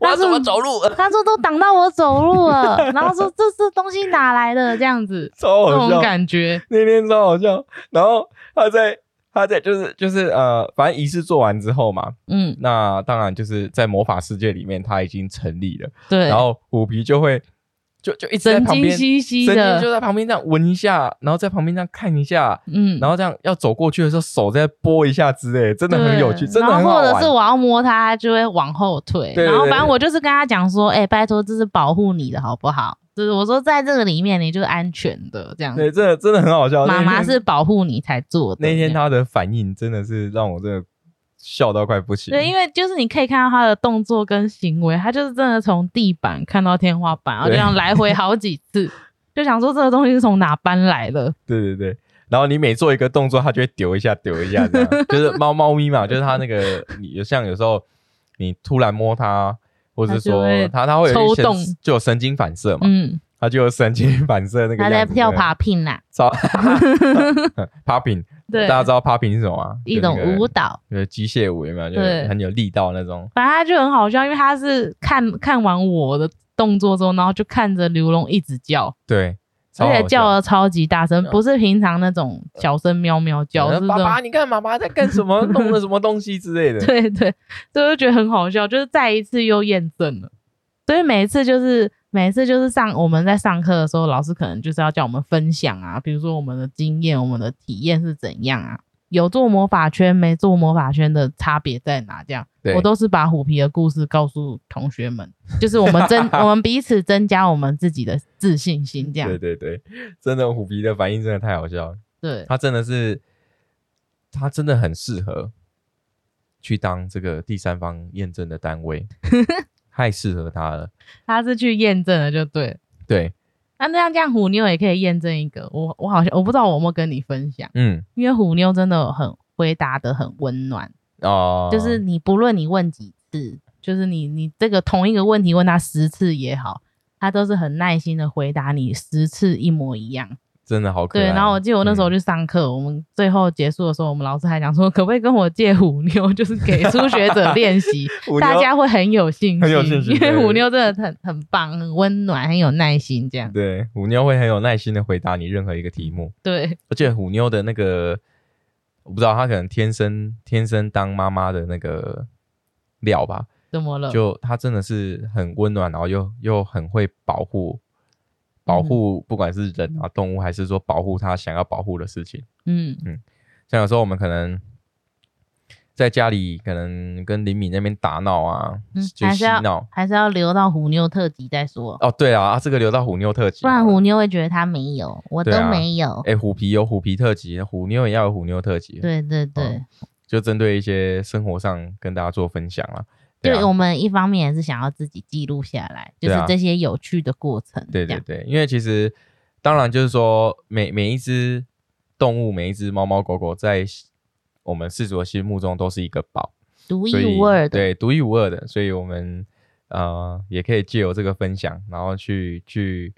A: 我要
B: 他是
A: 怎么走路？
B: 他说都挡到我走路了，然后说这是东西哪来的这样子，
A: 超
B: 这
A: 好
B: 种
A: 笑，
B: 感觉。
A: 那天超好笑。然后他在他在就是就是呃，反正仪式做完之后嘛，
B: 嗯，
A: 那当然就是在魔法世界里面他已经成立了。
B: 对，
A: 然后虎皮就会就就一直在
B: 神
A: 旁
B: 经
A: 边，神
B: 兮兮
A: 经就
B: 的，
A: 在旁边这样闻一下，然后在旁边这样看一下，
B: 嗯，
A: 然后这样要走过去的时候手再拨一下之类，真的很有趣，
B: 对
A: 真的
B: 然
A: 很
B: 后
A: 好
B: 或者是
A: 玩。
B: 我要摸它，它就会往后退。
A: 对对
B: 然后
A: 对
B: 反正我就是跟他讲说，哎、拜托，这是保护你的好不好？就是我说在这个里面你就是安全的这样。
A: 对，真的真的很好笑。
B: 妈妈
A: 那天
B: 是保护你才做的。
A: 那天
B: 这样
A: 他的反应真的是让我真的笑到快不行。
B: 对，因为就是你可以看到他的动作跟行为，他就是真的从地板看到天花板，然后就
A: 对
B: 这样来回好几 次，就想说这个东西是从哪搬来的。
A: 对对对。然后你每做一个动作，它就会丢一下，丢一下，这 样就是猫猫咪嘛，就是它那个，你像有时候你突然摸它，或者
B: 它
A: 是
B: 就
A: 说
B: 会
A: 它它会有一
B: 抽
A: 些
B: 动
A: 就有神经反射嘛，
B: 嗯，
A: 他就有神经反射那个
B: 他
A: 样子。
B: 在跳
A: 对不对
B: 爬聘啊啦，
A: 操，popping，
B: 对，
A: 大家知道 popping 是什么吗？
B: 一种
A: 就那个
B: 舞，蹈。
A: 就是机械舞，有没有？就是
B: 对
A: 很有力道那种。
B: 反正他就很好笑，因为他是看看完我的动作之后，然后就看着刘龙一直叫，
A: 对，超
B: 而
A: 好
B: 且叫
A: 笑啊
B: 的超级大声，不是平常那种小声喵喵叫，是
A: 爸
B: 那
A: 爸，
B: 种。
A: 你看妈妈在干什么？弄了什么东西之类 的。
B: 对对，所以我就觉得很好笑，就是再一次又验证了。所以每一次就是每一次就是上我们在上课的时候，老师可能就是要叫我们分享啊，比如说我们的经验、我们的体验是怎样啊，有做魔法圈没做魔法圈的差别在哪这样。
A: 对，
B: 我都是把虎皮的故事告诉同学们， 就是我们 增我们彼此增加我们自己的自信心，这样
A: 对对对，真的虎皮的反应真的太好笑了，
B: 对
A: 他真的是，他真的很适合去当这个第三方验证的单 位，太适合他了。
B: 他是去验证了，就对。
A: 对，
B: 那那样这样，虎妞也可以验证一个，我我好像我不知道我有没有跟你分享，
A: 嗯
B: 因为虎妞真的很回答的很温暖，
A: 哦，
B: 就是你不论你问几次，就是你你这个同一个问题问他十次也好，他都是很耐心的回答你十次一模一样。
A: 真的好可爱。
B: 对，然后我记得我那时候
A: 嗯
B: 去上课，我们最后结束的时候，我们老师还讲说，可不可以跟我借虎妞，就是给初学 者练习
A: 虎，妞
B: 大家会很有信心，
A: 很有信心
B: 因为
A: 对
B: 虎妞真的很很棒，很温暖，很有耐心，这样
A: 对虎妞会很有耐心的回答你任何一个题目，
B: 对
A: 而且虎妞的那个，我不知道她可能天生天生当妈妈的那个料吧，
B: 怎么了？
A: 就她真的是很温暖，然后又又很会保护。保
B: 嗯
A: 护不管是人啊、动物，还是说保护她想要保护的事情，
B: 嗯
A: 像有时候我们可能在家里可能跟林敏那边打闹啊，
B: 嗯，
A: 就
B: 还
A: 嬉
B: 是要
A: 闹。
B: 还是要留到虎妞特辑再说，
A: 哦，对啊，啊这个留到虎妞特辑
B: 不
A: 好了，
B: 然虎妞会觉得他没有，我都
A: 对啊
B: 没有。
A: 哎、虎皮有虎皮特辑，虎妞也要有虎妞特辑，
B: 对对对，
A: 就针对一些生活上跟大家做分享啦。对
B: 就
A: 啊
B: 我们一方面也是想要自己记录下来，就
A: 对啊
B: 是这些有趣的过程。
A: 对
B: 这
A: 对
B: 样
A: 对，因为其实当然就是说，每每一只动物，每一只猫猫狗狗，在我们饲主的心目中都是一个宝，
B: 独
A: 所以
B: 一无二的。
A: 对，独一无二的，所以我们呃也可以借由这个分享，然后去去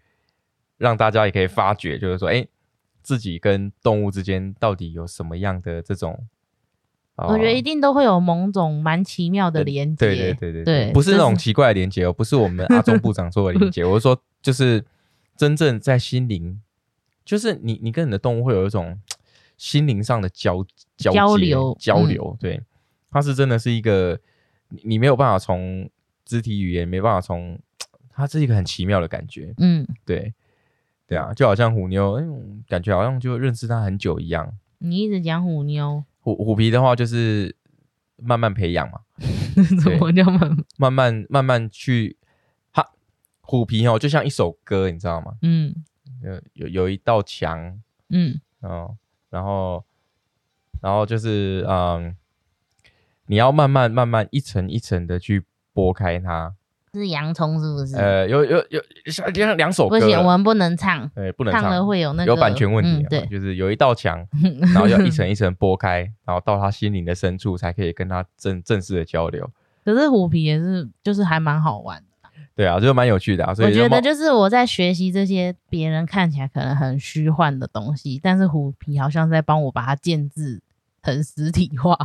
A: 让大家也可以发掘，就是说，哎，自己跟动物之间到底有什么样的这种。呃
B: 我觉得一定都会有某种蛮奇妙的连接。
A: 对对对对
B: 对，
A: 不是那种
B: 就
A: 奇怪的连接哦，不是我们阿中部长说的连 接，我是说就是真正在心灵，就是你你跟你的动物会有一种心灵上的交交
B: 交
A: 接
B: 流
A: 交
B: 嗯
A: 流，对，它是真的是一个你你没有办法从肢体语言没办法从，它是一个很奇妙的感觉，
B: 嗯，
A: 对对啊，就好像虎妞，嗯，感觉好像就认识它很久一样，
B: 你一直讲虎妞，
A: 虎虎皮的话就是慢慢培养嘛，
B: 怎么叫们？
A: 慢慢慢慢去，它虎皮哦，就像一首歌，你知道吗？
B: 嗯
A: 有有有一道墙，
B: 嗯
A: 哦，然后然后就是嗯，你要慢慢慢慢一层一层的去剥开它。
B: 是洋葱是不是？
A: 呃，有有有像像两首
B: 不
A: 歌
B: 行，
A: 了，
B: 我们不能唱，
A: 对，不能
B: 唱了
A: 唱，
B: 会有那个
A: 有版权问题
B: 嗯
A: 啊。
B: 对，
A: 就是有一道 墙，然后要一层一层剥开，然后到它心灵的深处才可以跟它正正式的交流。
B: 可是虎皮也是，就是还蛮好玩的。
A: 对啊，就蛮有趣的啊。所以
B: 我觉
A: 猫
B: 得就是我在学习这些别人看起来可能很虚幻的东西，但是虎皮好像在帮我把它建制成实体化。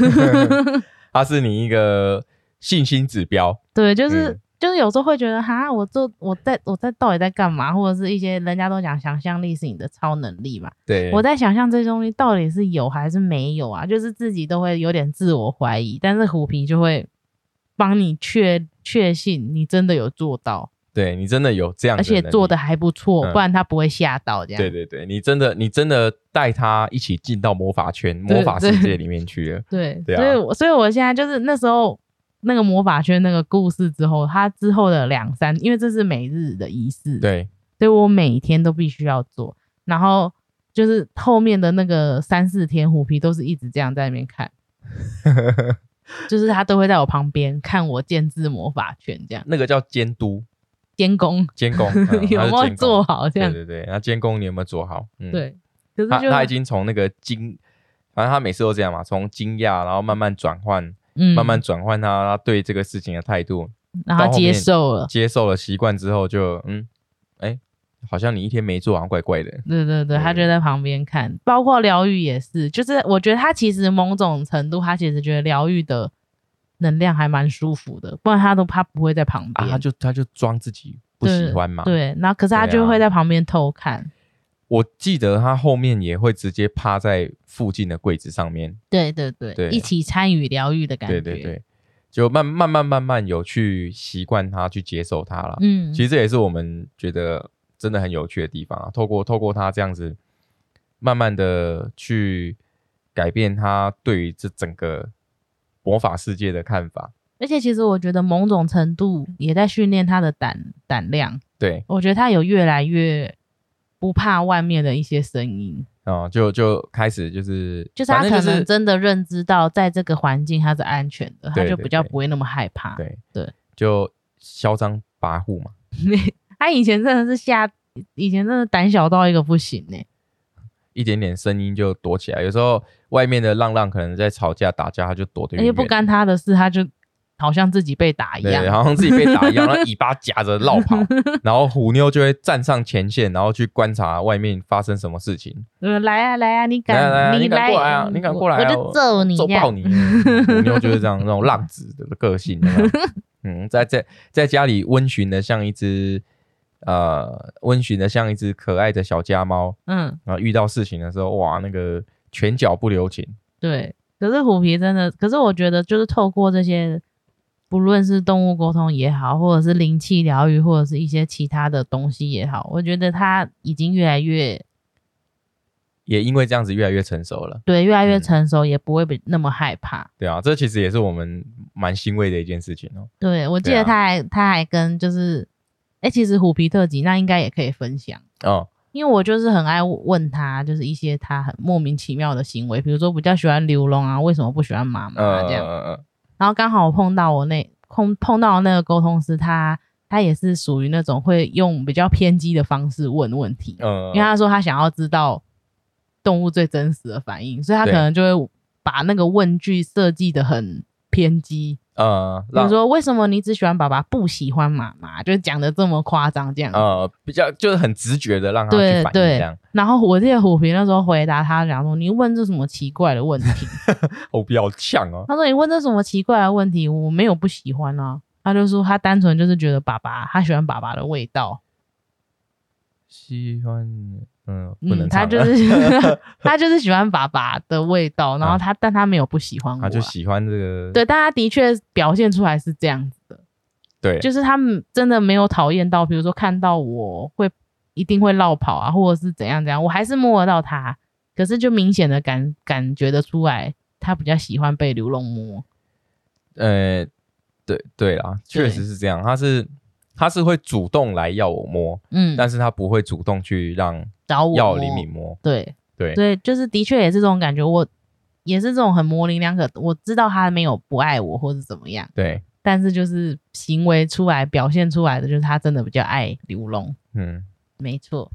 A: 它是你一个信心指标。
B: 对，就是、
A: 嗯
B: 就是有时候会觉得哈，我做我在我在到底在干嘛，或者是一些人家都讲想象力是你的超能力嘛，
A: 对，
B: 我在想象这些东西到底是有还是没有啊，就是自己都会有点自我怀疑，但是虎皮就会帮你确确信你真的有做到，
A: 对你真的有这样，
B: 而且做的，还不错，
A: 嗯
B: 不然他不会吓到这样。
A: 对对对，你真的你真的带他一起进到魔法圈、魔法世界里面去了。
B: 对，
A: 对啊
B: 所以我所以我现在就是那时候那个魔法圈那个故事之后，它之后的两三，因为这是每日的仪式，，
A: 对，
B: 所以我每天都必须要做，然后。就是后面的那个三四天，虎皮都是一直这样在那边看，就是他都会在我旁边看我建制魔法圈，这样
A: 那个叫监督、
B: 监工、
A: 监 工，嗯
B: 有
A: 他是监
B: 没有
A: 工
B: 做好这
A: 对
B: 样。
A: 对对，那监工你有没有做好？嗯，，
B: 对，可是
A: 他
B: 就
A: 他已经从那个惊，反正他每次都这样嘛，从惊讶，然后慢慢转换，
B: 嗯
A: 慢慢转换他他对这个事情的态度，
B: 然后
A: 到后
B: 接
A: 面
B: 受了，
A: 接受了习惯之后就，嗯，哎，好像你一天没做，好像怪怪的。
B: 对对对，他
A: 对
B: 就在旁边看，包括疗愈也是，就是我觉得他其实某种程度，他其实觉得疗愈的能量还蛮舒服的，不然他都他不会在旁
A: 啊，
B: 边、
A: 他就他就装自己不喜欢嘛。，
B: 对，然后可是他
A: 对啊
B: 就会在旁边偷看，
A: 我记得他后面也会直接趴在附近的柜子上面。
B: 对对对，
A: 对
B: 一起参与疗愈的感
A: 对
B: 觉，
A: 对，对，就慢慢慢慢慢有去习惯他，去接受他了。
B: 嗯，
A: 其实这也是我们觉得真的很有趣的地方啊。透过透过他这样子，慢慢的去改变他对于这整个魔法世界的看法。
B: 而且其实我觉得某种程度也在训练他的胆胆量，
A: 对，
B: 我觉得他有越来越不怕外面的一些声音，
A: 啊、就就开始就是，
B: 就是他
A: 反正
B: 可
A: 就是
B: 能真的认知到在这个环境他是安全的，他
A: 对
B: 就
A: 对
B: 比较
A: 对
B: 不会那么害怕。
A: 对
B: 对，
A: 就嚣张跋扈嘛。
B: 他以前真的是吓，以前真的胆小到一个不行呢、
A: 一点点声音就躲起来。有时候外面的浪浪可能在吵架打架，他就躲得远
B: 而且
A: 远
B: 不
A: 的。
B: 干他的事，他就好像自己被打一
A: 对，
B: 样。
A: 好像自己被打一样，然后尾巴夹着绕 跑，然后虎妞就会站上前线，然后去观察外面发生什么事情。
B: 呃来啊来啊，你
A: 来来
B: 敢
A: 来，你
B: 来
A: 敢过来啊！你敢过来、啊，
B: 我就揍你
A: 揍
B: 这样
A: 爆你！虎妞就是这样，那种浪子的个性。有没 有嗯，在在在家里温驯的像一只呃，温驯的像一只可爱的小家猫，
B: 嗯，
A: 然后遇到事情的时候，哇，那个拳脚不留情。
B: 对。可是虎皮真的，可是我觉得就是透过这些，不论是动物沟通也好，或者是灵气疗愈，或者是一些其他的东西也好，我觉得他已经越来越
A: 也因为这样子越来越成熟了，
B: 对，越来越
A: 嗯
B: 成熟，也不会比那么害怕。
A: 对啊，这其实也是我们蛮欣慰的一件事情哦。
B: 对，我记
A: 对
B: 得
A: 啊
B: 他还、他还跟就是，哎、其实虎皮特辑那应该也可以分享，
A: 哦，
B: 因为我就是很爱问他，就是一些他很莫名其妙的行为，比如说比较喜欢流浪啊，为什么不喜欢妈妈、
A: 呃，
B: 啊这样。
A: 呃
B: 然后刚好我碰到我那碰碰到那个沟通师，他他也是属于那种会用比较偏激的方式问问题，
A: 呃，
B: 因为他说他想要知道动物最真实的反应，所以他可
A: 对
B: 能就会把那个问句设计的很偏激，
A: 呃，
B: 比如
A: 让
B: 说为什么你只喜欢爸爸不喜欢妈妈，就讲的这么夸张这样。
A: 呃比较就是很直觉的让他去
B: 对
A: 反应这
B: 对
A: 样，，
B: 然后我记得虎皮那时候回答他，讲说你问这什么奇怪的问题？
A: 哦，比较呛哦，
B: 他说你问这什么奇怪的问题？我没有不喜欢啊。他就说他单纯就是觉得爸爸，他喜欢爸爸的味道。
A: 喜欢，嗯，不能
B: 嗯，他
A: 唱
B: 就
A: 了
B: 是 他就是喜欢爸爸的味道，然后
A: 啊
B: 他、但他没有不喜欢我啊、
A: 他就喜欢这个，
B: 对，但他的确表现出来是这样子的，
A: 对，
B: 就是他们真的没有讨厌到，比如说看到我会一定会绕跑啊，或者是怎样怎样，我还是摸得到他，可是就明显的感感觉得出来，他比较喜欢被流浪摸。
A: 呃，对对啦，确实是这样，他是他是会主动来要我摸，
B: 嗯，
A: 但是他不会主动去让
B: 找我
A: 要
B: 摸
A: 李敏摸，
B: 对
A: 对，
B: 对，就是的确也是这种感觉，我也是这种很模棱两可，我知道他没有不爱我或者怎么样，
A: 对，
B: 但是就是行为出来表现出来的，就是他真的比较爱流浪。
A: 嗯，
B: 没错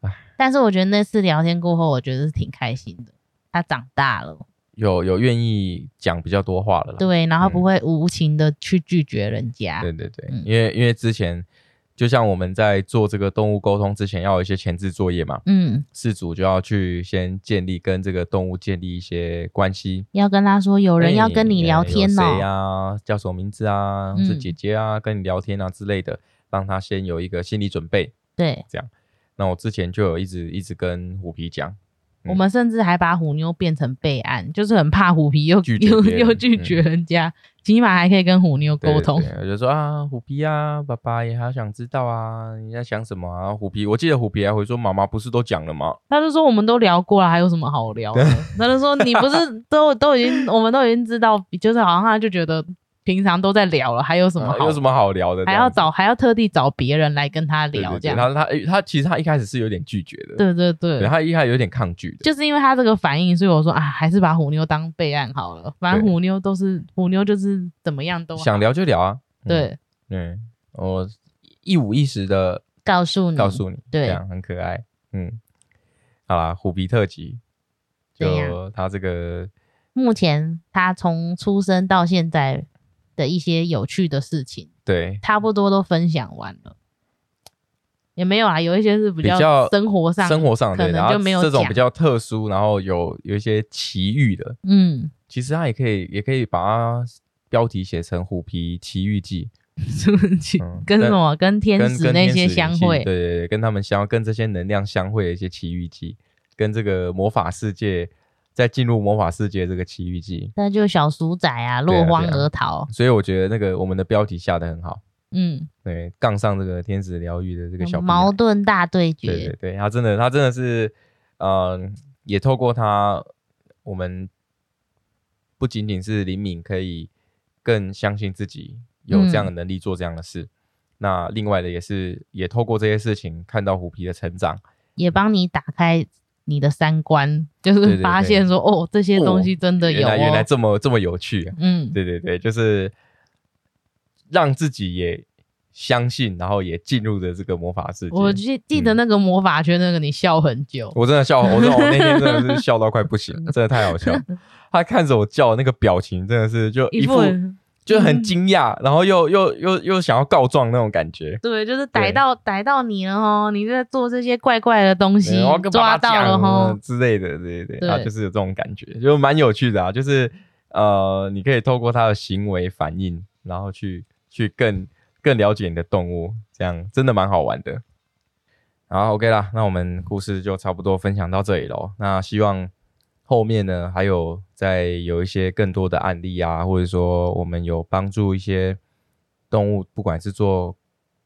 A: 唉。
B: 但是我觉得那次聊天过后，我觉得是挺开心的。他长大了，
A: 有有愿意讲比较多话了啦，
B: 对，然后
A: 嗯
B: 不会无情的去拒绝人家。
A: 对对对，
B: 嗯
A: 因为因为之前就像我们在做这个动物沟通之前，要有一些前置作业嘛，
B: 嗯，
A: 饲主就要去先建立跟这个动物建立一些关系。哎
B: 要跟他说有
A: 有
B: 人要跟你聊天
A: 谁啊
B: 哦。
A: 呀？叫什么名字啊？
B: 嗯
A: 是姐姐啊，跟你聊天啊之类的，让他先有一个心理准备。
B: 对，
A: 那我之前就有一直一直跟虎皮讲，嗯
B: 我们甚至还把虎妞变成备案，就是很怕虎皮又
A: 拒绝
B: 又
A: 别人嗯
B: 又拒绝人家，起码还可以跟虎妞
A: 对
B: 沟通。
A: 对对我就说啊，虎皮啊，爸爸也好想知道啊，你在想什么啊？虎皮，我记得虎皮还回说，妈妈不是都讲了吗？
B: 他就说我们都聊过了，还有什么好聊的？他就说你不是 都都已经我们都已经知道，就是好像他就觉得平常都在聊了，还有什么
A: 啊
B: 好
A: 有什么好聊的？
B: 还
A: 这
B: 要
A: 样子
B: 找还要特地找别人来跟他
A: 对
B: 聊
A: 对
B: 这
A: 对，
B: 样。
A: 他他诶他其实他一开始是有点拒绝的，
B: 对对
A: 对，
B: 对，
A: 他一开始有点抗拒的，
B: 就是因为他这个反应，所以我说啊，还是把虎妞当备案好了。反正
A: 对
B: 虎妞都是虎妞，就是怎么样都好
A: 想聊就聊啊。嗯
B: 对，
A: 对，我一五一十的
B: 告诉你，
A: 告诉你，
B: 嗯对
A: 这样很可爱。嗯，好啦，虎皮特辑，
B: 对呀
A: 就他这个
B: 目前他从出生到现在的一些有趣的事情，
A: 对
B: 差不多都分享完了。也没有啊，有一些是比
A: 比较
B: 生活上，
A: 生活上
B: 可
A: 的，
B: 能
A: 然后
B: 就没有
A: 这种
B: 讲
A: 比较特殊，然后有有一些奇遇的，
B: 嗯，
A: 其实他也可以也可以把它标题写成《虎皮奇遇记
B: 是不是
A: 嗯
B: 跟
A: 跟
B: 什么跟》天
A: 跟，
B: 使
A: 跟
B: 那
A: 天
B: 些
A: 使
B: 相
A: 灵气
B: 会，
A: 对对对，跟他们相跟这些能量相会的一些奇遇记，跟这个魔法世界在进入魔法世界这个奇遇记，
B: 那就小鼠仔啊，
A: 对
B: 落
A: 啊
B: 荒
A: 对啊
B: 而逃，
A: 所以我觉得那个我们的标题下的很好。
B: 嗯，
A: 对，杠上这个天使疗愈的这个小屁
B: 矛
A: 孩
B: 盾大对决，
A: 对对对，他真的，他真的是，嗯、也透过他，我们不仅仅是灵敏可以更相信自己有这样的
B: 嗯
A: 能力做这样的事，那另外的也是也透过这些事情看到虎皮的成长，
B: 也帮你打开你的三观，就
A: 对
B: 是
A: 对
B: 发现说哦，这些东西真的
A: 原
B: 有、哦
A: 来原来这么这么有趣、啊，
B: 嗯，
A: 对对对，就是让自己也相信，然后也进入了这个魔法世界。
B: 我记记得那个魔法圈那个，你笑很久。
A: 嗯我真的笑，我 真的我那天真的是笑到快不行，真的太好笑。他看着我叫那个表情，真的是就一
B: 一
A: 副
B: 副嗯
A: 就很惊讶，然后又又又又想要告状那种感觉。
B: 对，就是
A: 对
B: 逮到逮到你了哦，你在做这些怪怪的东西
A: 然后，跟爸
B: 抓
A: 爸
B: 到了
A: 讲嗯
B: 哦。
A: 之类的，对对对，
B: 对
A: 他就是有这种感觉，就蛮有趣的啊。就是呃，你可以透过他的行为反应，然后去去更更了解你的动物，这样真的蛮好玩的。好，OK 啦，那我们故事就差不多分享到这里喽。那希望后面呢，还有再有一些更多的案例啊，或者说我们有帮助一些动物，不管是做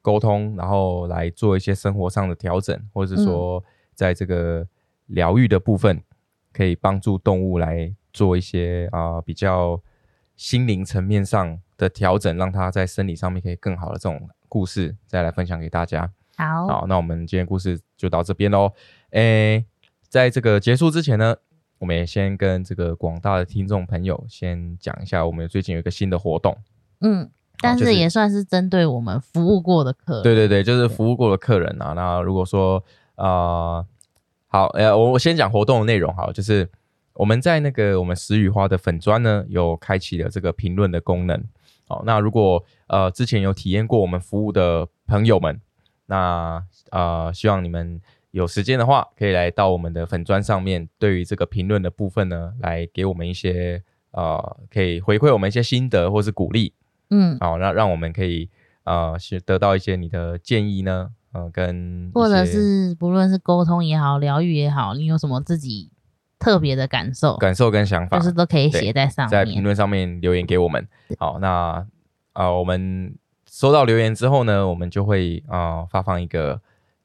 A: 沟通，然后来做一些生活上的调整，或者是说在这个疗愈的部分，可以帮助动物来做一些啊、比较心灵层面上的调整，让它在生理上面可以更好的这种故事，再来分享给大家。
B: 好
A: 好，那我们今天故事就到这边喽。诶，在这个结束之前呢，我们也先跟这个广大的听众朋友先讲一下，我们最近有一个新的活动。
B: 嗯，
A: 好
B: 但
A: 就是
B: 也算是针对我们服务过的客人。
A: 对对对，就是服务过的客人啊。那如果说呃，好，呃，我我先讲活动的内容好了，就是我们在那个我们石雨花的粉砖呢，有开启了这个评论的功能。好，那如果呃之前有体验过我们服务的朋友们，那呃希望你们有时间的话，可以来到我们的粉砖上面，对于这个评论的部分呢，来给我们一些呃可以回馈我们一些心得或是鼓励。
B: 嗯，
A: 好，哦那让我们可以呃是得到一些你的建议呢，呃，跟一
B: 或者
A: 些
B: 是不论是沟通也好，疗愈也好，你有什么自己特别的感受，
A: 感受跟想法，
B: 就是都可以
A: 对
B: 写在上
A: 在评
B: 面。
A: 论上面留言给我们。好，那呃我们收到留言之后呢，我们就会啊、呃发放一个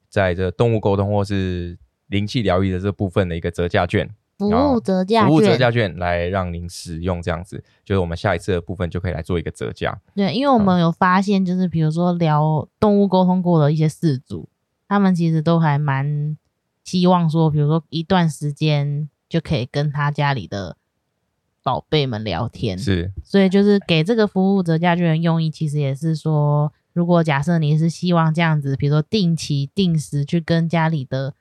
A: 在这动物沟通或是灵气疗愈的这部分的一个折价券。
C: 服
A: 啊
C: 务折价
A: 服务折
C: 券，
A: 价券来让您使用，这样子就是我们下一次的部分就可以来做一个折价。
B: 对，因为我们有发现，就是比如说聊动物沟通过的一些事主，他们其实都还蛮希望说，比如说一段时间就可以跟他家里的宝贝们聊天。
A: 是，
B: 所以就是给这个服务折价券的用意，其实也是说，如果假设你是希望这样子，比如说定期定时去跟家里的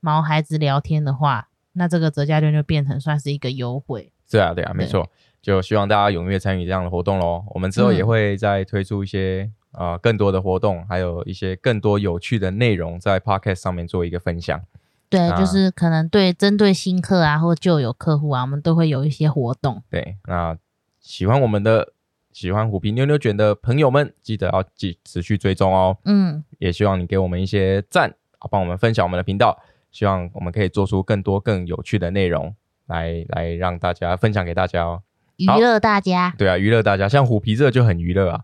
B: 毛孩子聊天的话，那这个折价券就变成算是一个优惠。
A: 对啊，对啊，没
B: 对
A: 错，就希望大家踊跃参与这样的活动喽。我们之后也
B: 嗯
A: 会再推出一些、呃更多的活动，还有一些更多有趣的内容，在 Podcast 上面做一个分享。
B: 对，
A: 啊
B: 就是可能对针对新客啊或旧有客户啊，我们都会有一些活动。
A: 对，那喜欢我们的喜欢虎皮妞妞卷的朋友们，记得要继持续追踪哦。
B: 嗯，
A: 也希望你给我们一些赞，啊，帮我们分享我们的频道，希望我们可以做出更多更有趣的内容来来让大家分享给大家哦。
B: 娱
A: 好，
B: 乐大家
A: 对啊，娱乐大家，像虎皮这就很娱乐啊。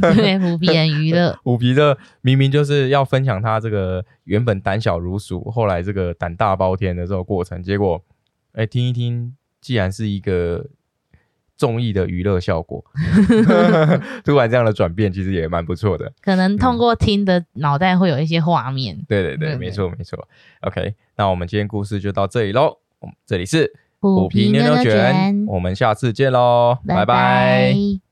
B: 对，不必 人娱乐。
A: 虎皮的明明就是要分享他这个原本胆小如鼠，后来这个胆大包天的这个过程，结果哎、听一听，既然是一个综艺的娱乐效果， 突然这样的转变，其实也蛮不错的。
B: 可能
A: 嗯
B: 通过听的脑袋会有一些画面。
A: 对对对，
B: 对
A: 没错没错。OK，那我们今天故事就到这里喽。我们这里是
B: 虎皮妞妞卷
A: 我们下次见喽，拜拜
B: 拜